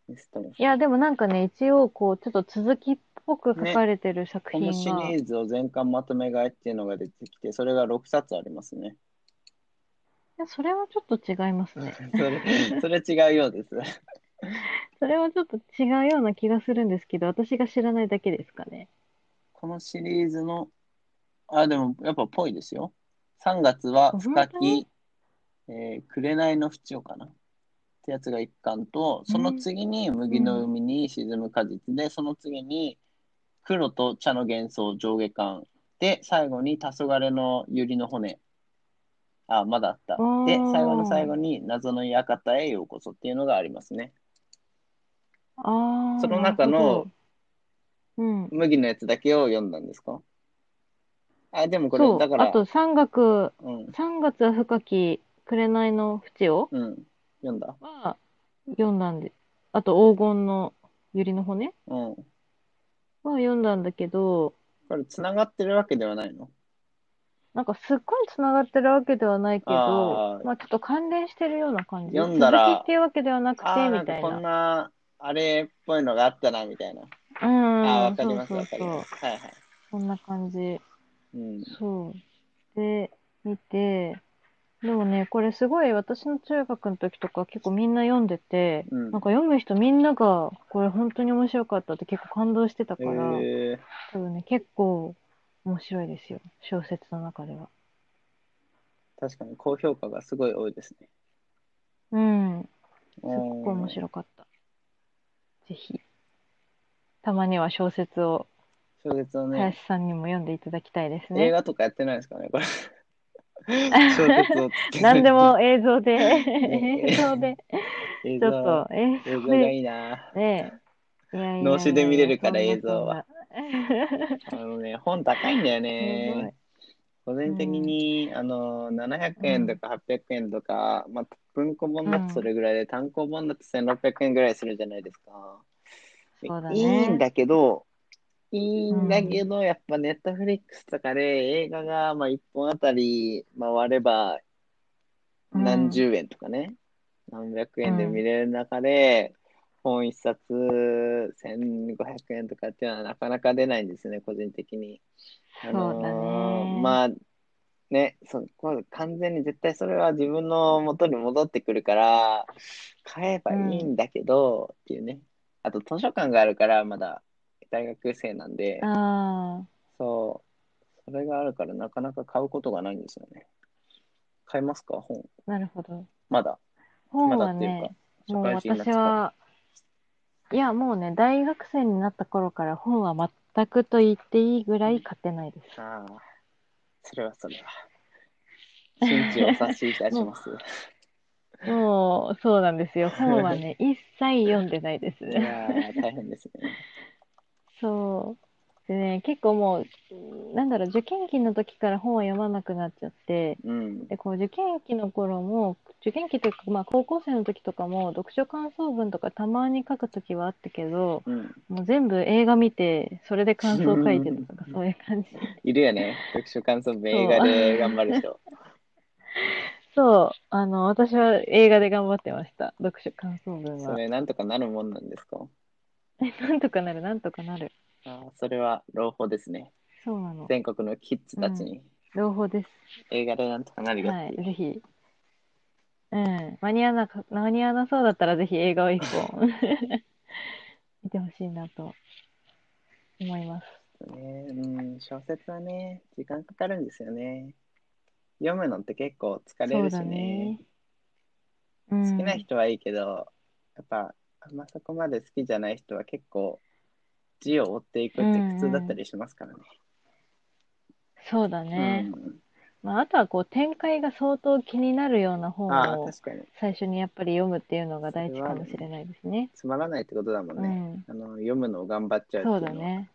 [SPEAKER 1] ミストも
[SPEAKER 2] いや、でもなんかね、一応、こう、ちょっと続きっぽく書かれてる作
[SPEAKER 1] このシ
[SPEAKER 2] 品が、
[SPEAKER 1] リーズを全巻まとめ買いっていうのが出てきて、それが6冊ありますね。
[SPEAKER 2] いやそれはちょっと違いますね。
[SPEAKER 1] それ、それ違うようです。
[SPEAKER 2] それはちょっと違うような気がするんですけど、私が知らないだけですかね。
[SPEAKER 1] このシリーズの、あ、でもやっぱぽいですよ。3月は深
[SPEAKER 2] 本当に
[SPEAKER 1] き、えー、紅の淵をかな。ってやつが1巻と、その次に麦の海に沈む果実で、その次に黒と茶の幻想上下巻で、最後に黄昏の百合の骨。あ、まだあった。で、
[SPEAKER 2] おー
[SPEAKER 1] 最後の最後に謎の館へようこそっていうのがありますね。
[SPEAKER 2] ああ、
[SPEAKER 1] その中の
[SPEAKER 2] なるほど、うん。
[SPEAKER 1] 麦のやつだけを読んだんですかあ、でもこれ、
[SPEAKER 2] そう、
[SPEAKER 1] だから、
[SPEAKER 2] あと3月、
[SPEAKER 1] うん、
[SPEAKER 2] 3月は深き紅の淵を
[SPEAKER 1] うん、読んだ。
[SPEAKER 2] は読んだんで、あと黄金の百合の骨は
[SPEAKER 1] うん。
[SPEAKER 2] 読んだんだけど、
[SPEAKER 1] これ、つながってるわけではないの
[SPEAKER 2] なんかすっごいつながってるわけではないけ
[SPEAKER 1] あ
[SPEAKER 2] ど、
[SPEAKER 1] ー
[SPEAKER 2] まあちょっと関連してるような感じ。
[SPEAKER 1] 読んだら
[SPEAKER 2] 続きっていうわけではなくて、
[SPEAKER 1] ああ、な
[SPEAKER 2] み
[SPEAKER 1] んか
[SPEAKER 2] たい
[SPEAKER 1] こん
[SPEAKER 2] な。
[SPEAKER 1] な、あれっぽいのがあったな、みたいな。
[SPEAKER 2] う
[SPEAKER 1] あ
[SPEAKER 2] ん、
[SPEAKER 1] あ、わかります、
[SPEAKER 2] そう
[SPEAKER 1] わか
[SPEAKER 2] そう
[SPEAKER 1] り
[SPEAKER 2] そ
[SPEAKER 1] ま
[SPEAKER 2] う。
[SPEAKER 1] す。はいはい。
[SPEAKER 2] そんな感じ。
[SPEAKER 1] うん。
[SPEAKER 2] そう。で、見て、でもね、これすごい私の中学の時とか結構みんな読んでて、
[SPEAKER 1] うん
[SPEAKER 2] なんか読む人みんながこれ本当に面白かったって結構感動してたから、
[SPEAKER 1] えー、
[SPEAKER 2] 多分ね、結構面白いですよ。小説の中では。
[SPEAKER 1] 確かに高評価がすごい多いですね。
[SPEAKER 2] うん。
[SPEAKER 1] す
[SPEAKER 2] すっごい面白かった。ぜひ。たまには小説を
[SPEAKER 1] 小説をね
[SPEAKER 2] 林、さんにも読んでいただきたいです
[SPEAKER 1] 映
[SPEAKER 2] ね。
[SPEAKER 1] 画とかやってないですかね、こ れ。小説をつけて
[SPEAKER 2] 何でも映像で、 映像で、
[SPEAKER 1] 映
[SPEAKER 2] ち
[SPEAKER 1] 像、
[SPEAKER 2] ょっと、映
[SPEAKER 1] 映
[SPEAKER 2] 像
[SPEAKER 1] 像が
[SPEAKER 2] で、
[SPEAKER 1] いいな。
[SPEAKER 2] ねえ。いやいやいや
[SPEAKER 1] 脳死で見れるから映像は。
[SPEAKER 2] そんなそんな
[SPEAKER 1] あのね、本高いんだよ
[SPEAKER 2] すごい
[SPEAKER 1] ね。個人的に、あの700円とか800円とか、まあ、文庫本だとそれぐらいで、単行本だと1600円ぐらいするじゃないですか。
[SPEAKER 2] そうだね
[SPEAKER 1] いいんだけど、いいんだけど、やっぱネットフリックスとかで映画がまあ1本あたり回れば
[SPEAKER 2] うん
[SPEAKER 1] 何十円とかね、何百円で見れる中で、本一冊1500円とかっていうのはなかなか出ないんですね、個人的に。あのー
[SPEAKER 2] そうだね
[SPEAKER 1] まあね、そこ完全に絶対それは自分の元に戻ってくるから、買えばいいんだけど、っていうね。あと図書館があるから、まだ大学生なんで、
[SPEAKER 2] あ
[SPEAKER 1] そう、それがあるからなかなか買うことがないんですよね。買いますか、本。
[SPEAKER 2] あ、なるほど。
[SPEAKER 1] まだ。
[SPEAKER 2] 本
[SPEAKER 1] まだ
[SPEAKER 2] は
[SPEAKER 1] っていうか
[SPEAKER 2] ね、もう
[SPEAKER 1] 社会人になっ
[SPEAKER 2] 私
[SPEAKER 1] てから
[SPEAKER 2] は、いや、もうね、大学生になった頃から本は全くと言っていいぐらい買ってないです。
[SPEAKER 1] ああ、それはそれは。真知を察しいたし ます。
[SPEAKER 2] もう、そうなんですよ。本 はね、一切読んでないです。
[SPEAKER 1] いやー、大変ですね。
[SPEAKER 2] そう。でね、結構もう、なんだろう、受験期の時から本は読まなくなっちゃって、
[SPEAKER 1] うん。
[SPEAKER 2] で、こう受験期の頃も、受験期というか、まあ高校生の時とかも、読書感想文とかたまに書く時はあったけど、
[SPEAKER 1] うん。
[SPEAKER 2] もう全部映画見て、それで感想書いてとか、そういう感じ。
[SPEAKER 1] いるよね。読書感想文
[SPEAKER 2] そう
[SPEAKER 1] 映画で頑張る人。
[SPEAKER 2] そう、あの、私は映画で頑張ってました。読書感想文
[SPEAKER 1] そ
[SPEAKER 2] は。
[SPEAKER 1] れなんとかなるもんなんですか
[SPEAKER 2] なんとかなる、なんとかなる。
[SPEAKER 1] あーそれは朗報ですね。
[SPEAKER 2] そうなの。
[SPEAKER 1] 全国のキッズたちに
[SPEAKER 2] 朗報です。
[SPEAKER 1] 映画でなんとかなるよっ
[SPEAKER 2] は
[SPEAKER 1] て
[SPEAKER 2] い、
[SPEAKER 1] いう。
[SPEAKER 2] ぜひ。うん、間に合わなか、間に合わなそうだったら、ぜひ映画を一本 見てほしいなと思います。
[SPEAKER 1] ねうん、小説はね、時間かかるんですよね。読むのって結構疲れ
[SPEAKER 2] そう
[SPEAKER 1] るし
[SPEAKER 2] だ
[SPEAKER 1] ね
[SPEAKER 2] ね。。好
[SPEAKER 1] 好きな人はいいけど、やっぱあんまそこまで好きじゃない人は結構字を追っていくって苦痛だったりしますからね。
[SPEAKER 2] そうだ
[SPEAKER 1] う
[SPEAKER 2] ね。
[SPEAKER 1] ん
[SPEAKER 2] まあ、あとはこう展開が相当気になるような本
[SPEAKER 1] ああ、
[SPEAKER 2] を
[SPEAKER 1] 確かに。
[SPEAKER 2] 最初にやっぱり読むっていうのが大事かもしれないですね。
[SPEAKER 1] つまらないってことだもん
[SPEAKER 2] う
[SPEAKER 1] ね。
[SPEAKER 2] ん、
[SPEAKER 1] あの読むのを頑張っちゃうってい
[SPEAKER 2] そううだ
[SPEAKER 1] のは
[SPEAKER 2] ね。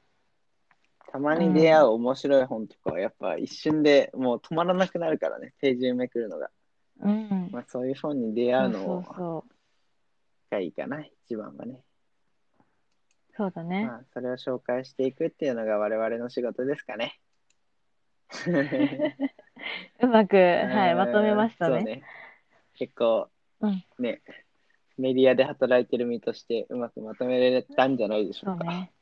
[SPEAKER 1] たまに出会う面白い本とかはやっぱ一瞬でもう止まらなくなるからね、ページめくるのが。
[SPEAKER 2] うん。
[SPEAKER 1] まあ、そういう本に出
[SPEAKER 2] そ
[SPEAKER 1] 会う
[SPEAKER 2] う
[SPEAKER 1] の
[SPEAKER 2] そうそう。
[SPEAKER 1] がいいかな、一番はね。
[SPEAKER 2] そうだね
[SPEAKER 1] ま。あ、それを紹介していくっていうのが我々の仕事ですか ね。
[SPEAKER 2] うまく、はい、まとめました
[SPEAKER 1] そう
[SPEAKER 2] ね。
[SPEAKER 1] ね。結構、
[SPEAKER 2] うん
[SPEAKER 1] ね、メディアで働いてる身としてうまくまとめられたんじゃないでしょ
[SPEAKER 2] そうう
[SPEAKER 1] か。
[SPEAKER 2] ね。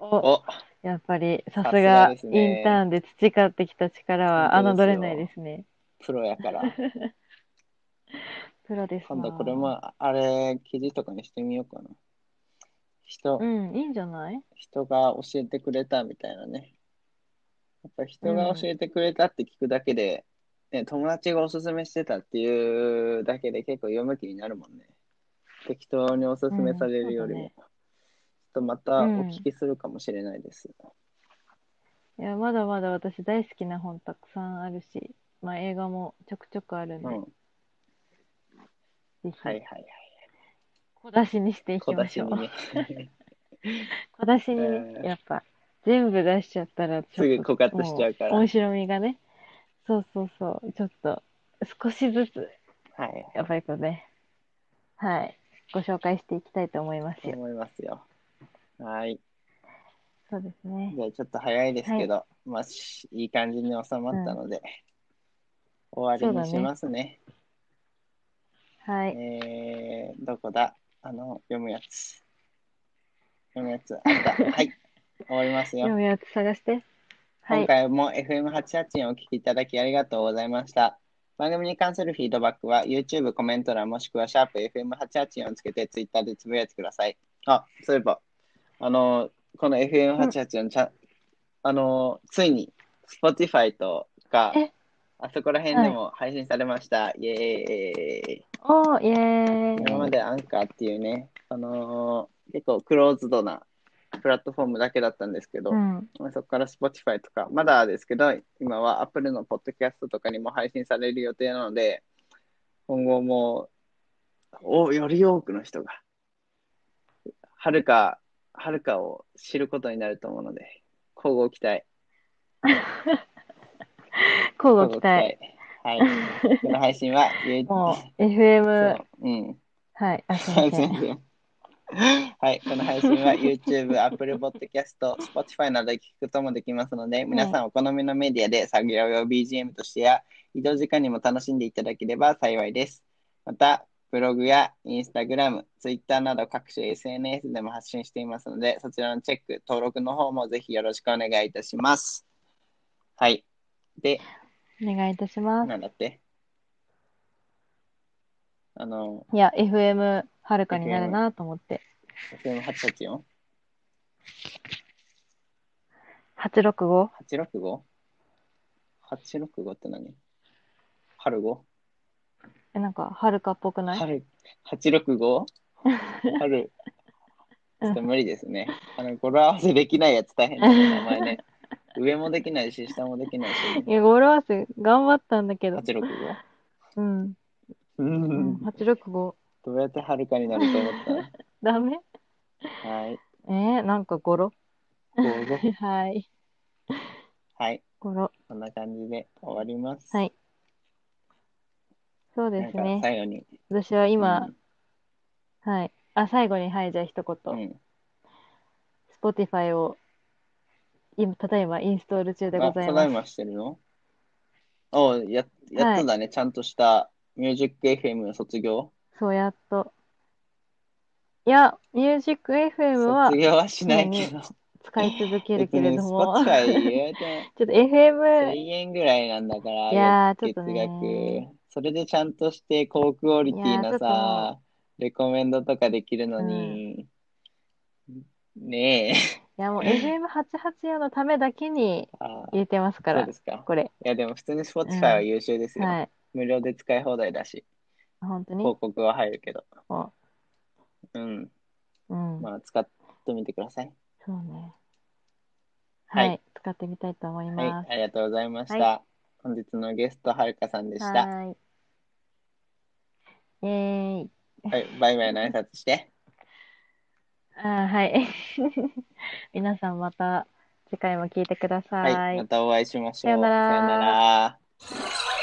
[SPEAKER 2] お、
[SPEAKER 1] お
[SPEAKER 2] やっぱりさ
[SPEAKER 1] さ
[SPEAKER 2] す
[SPEAKER 1] すが
[SPEAKER 2] が
[SPEAKER 1] で
[SPEAKER 2] イ
[SPEAKER 1] すね
[SPEAKER 2] ンターンで培ってきた力は
[SPEAKER 1] 本当で
[SPEAKER 2] 侮
[SPEAKER 1] すよ
[SPEAKER 2] れないですね。
[SPEAKER 1] プロやから。
[SPEAKER 2] プロです
[SPEAKER 1] 今
[SPEAKER 2] わ
[SPEAKER 1] 度これも、あれ、記事とかにしてみようかな。人、
[SPEAKER 2] うん、いいんじゃない
[SPEAKER 1] 人が教えてくれたみたいなね。やっぱ人が教えてくれたって聞くだけで、ね、友達がおすすめしてたっていうだけで結構読む気になるもんね。適当におすすめされるよりも。
[SPEAKER 2] うん
[SPEAKER 1] ちょっとまたお聞きするかもしれないです。
[SPEAKER 2] いや、まだまだ私大好きな本たくさんあるし、まあ映画もちょくちょくあるん
[SPEAKER 1] う
[SPEAKER 2] で
[SPEAKER 1] ん。、
[SPEAKER 2] ぜひ
[SPEAKER 1] はいはいはい。
[SPEAKER 2] 小出しにしていき
[SPEAKER 1] 小
[SPEAKER 2] ま
[SPEAKER 1] 出
[SPEAKER 2] し
[SPEAKER 1] し
[SPEAKER 2] ょう。
[SPEAKER 1] にね。
[SPEAKER 2] 小出しにね、
[SPEAKER 1] うん
[SPEAKER 2] やっぱ全部出しちゃったらちょっ と
[SPEAKER 1] すぐ枯渇しちゃうから
[SPEAKER 2] も面白みがねそうそうそうちょっと少しずつ
[SPEAKER 1] はい。
[SPEAKER 2] やっぱりこうねはいご紹介していきたいと思いますよ、
[SPEAKER 1] 思いますよ。はい。
[SPEAKER 2] そうですね
[SPEAKER 1] じゃあちょっと早いですけど、まあしいい感じに収まったので、終わりにしますね。
[SPEAKER 2] はい
[SPEAKER 1] えー、どこだあの、読むやつ。読むやつ、あった。 はい。終わります
[SPEAKER 2] で
[SPEAKER 1] よ。
[SPEAKER 2] もやつ探しては
[SPEAKER 1] 今
[SPEAKER 2] い
[SPEAKER 1] 回も FM884 をお聞きいただきありがとうございました。番組に関するフィードバックは YouTube コメント欄もしくはシャープ f m 8 8 4をつけて Twitter でつぶやいてください。あ、そういえば、あの、この FM884 ちゃ、ん、あの、ついに Spotify とか
[SPEAKER 2] え、
[SPEAKER 1] あそこら辺でも配信されました。イエーイ。
[SPEAKER 2] おーイエ
[SPEAKER 1] 今
[SPEAKER 2] ー
[SPEAKER 1] ま
[SPEAKER 2] イ
[SPEAKER 1] でアンカーっていうね、あのー結構クローズドなプラットフォームだけだったんですけど、
[SPEAKER 2] うん
[SPEAKER 1] まあそこから Spotify とか、まだですけど、今は Apple のポッドキャストとかにも配信される予定なので、今後もおより多くの人が、はるか、はるかを知ることになると思うので、交互期待。
[SPEAKER 2] 交互期待。
[SPEAKER 1] はい。この配信は、 YouTube
[SPEAKER 2] もう FM
[SPEAKER 1] そううん。
[SPEAKER 2] はいあすい
[SPEAKER 1] は
[SPEAKER 2] ま
[SPEAKER 1] いす
[SPEAKER 2] せ
[SPEAKER 1] いません
[SPEAKER 2] ん
[SPEAKER 1] はい、この配信は YouTube、Apple Podcast、Spotify などで聞くこともできますので、皆さんお好みのメディアで作業用 BGM としてや、移動時間にも楽しんでいただければ幸いです。また、ブログや Instagram、Twitter など各種 SNS でも発信していますので、そちらのチェック、登録の方もぜひよろしくお願いいたします。はい。で、
[SPEAKER 2] お願いいたします
[SPEAKER 1] なんだってあの、
[SPEAKER 2] いや FM はるかになるなと思って
[SPEAKER 1] FM884?865?
[SPEAKER 2] 865
[SPEAKER 1] 865って何春五
[SPEAKER 2] えなんかはるかっぽくない
[SPEAKER 1] 春 865? 春。ち
[SPEAKER 2] うん
[SPEAKER 1] ょっと無理ですね。あの、語呂合わせできないやつ大変だね、名前ね。上もできないし、下もできないし、
[SPEAKER 2] いや、語呂合わせ頑張ったんだけど。
[SPEAKER 1] 865?
[SPEAKER 2] うん。
[SPEAKER 1] う
[SPEAKER 2] うんん、。865。
[SPEAKER 1] どうやって春かになると思っ
[SPEAKER 2] ダメ
[SPEAKER 1] た はい。
[SPEAKER 2] えー、なんか語呂
[SPEAKER 1] 5 5
[SPEAKER 2] はい。
[SPEAKER 1] はい。
[SPEAKER 2] 語呂。
[SPEAKER 1] こんな感じで終わります。
[SPEAKER 2] はいそ
[SPEAKER 1] な
[SPEAKER 2] うで
[SPEAKER 1] ん
[SPEAKER 2] す
[SPEAKER 1] か
[SPEAKER 2] ね。
[SPEAKER 1] 最後に。
[SPEAKER 2] 私は今、はい。あ、最後に、はい、じゃあ一
[SPEAKER 1] う
[SPEAKER 2] 言。
[SPEAKER 1] ん。
[SPEAKER 2] Spotify を、今、ただいまインストール中で
[SPEAKER 1] あ
[SPEAKER 2] ござい
[SPEAKER 1] た
[SPEAKER 2] ま
[SPEAKER 1] だ
[SPEAKER 2] す
[SPEAKER 1] い。ましてるのおうや、やったんだね、ちゃんとしたミュージック FM の卒業。
[SPEAKER 2] そう、やっと。いや、ミュージック FM は
[SPEAKER 1] 卒業はしないけど、
[SPEAKER 2] 使い続けるけれども、
[SPEAKER 1] 別
[SPEAKER 2] ちょ
[SPEAKER 1] に Spotify 言うて
[SPEAKER 2] っと FM、
[SPEAKER 1] 1000円ぐらいなんだから、
[SPEAKER 2] いやー
[SPEAKER 1] 月
[SPEAKER 2] ちょっと
[SPEAKER 1] 月額
[SPEAKER 2] ね。
[SPEAKER 1] それでちゃんとして高クオリティ
[SPEAKER 2] いやーちょ
[SPEAKER 1] な
[SPEAKER 2] っとも
[SPEAKER 1] さ、レコメンドとかできるのに、ねえ。
[SPEAKER 2] いやもう FM884 のためだけに
[SPEAKER 1] あ
[SPEAKER 2] 入れてますか
[SPEAKER 1] そう
[SPEAKER 2] ら
[SPEAKER 1] で、すか。
[SPEAKER 2] これ。
[SPEAKER 1] いや、でも普通に Spotify
[SPEAKER 2] う
[SPEAKER 1] は
[SPEAKER 2] ん
[SPEAKER 1] 優秀ですよ。
[SPEAKER 2] はい。
[SPEAKER 1] 無料で使い放題だし、
[SPEAKER 2] 本当に
[SPEAKER 1] 広告は入るけど。
[SPEAKER 2] も
[SPEAKER 1] うん。
[SPEAKER 2] う、うん。
[SPEAKER 1] まあ、使ってみてください。
[SPEAKER 2] そうね。
[SPEAKER 1] はい
[SPEAKER 2] はい。使ってみたいと思い
[SPEAKER 1] はい、
[SPEAKER 2] ます。
[SPEAKER 1] ありがとうございました。
[SPEAKER 2] は
[SPEAKER 1] 本日のゲスト、はるかさんでし
[SPEAKER 2] は
[SPEAKER 1] た。
[SPEAKER 2] ーい。イェーイ。
[SPEAKER 1] はい、バイバイの挨拶して。
[SPEAKER 2] あー、はい。 皆さんまた次回も聞いてくだ
[SPEAKER 1] はい、
[SPEAKER 2] さい
[SPEAKER 1] ま。たお会いしましょう。
[SPEAKER 2] さよなら
[SPEAKER 1] さよなら。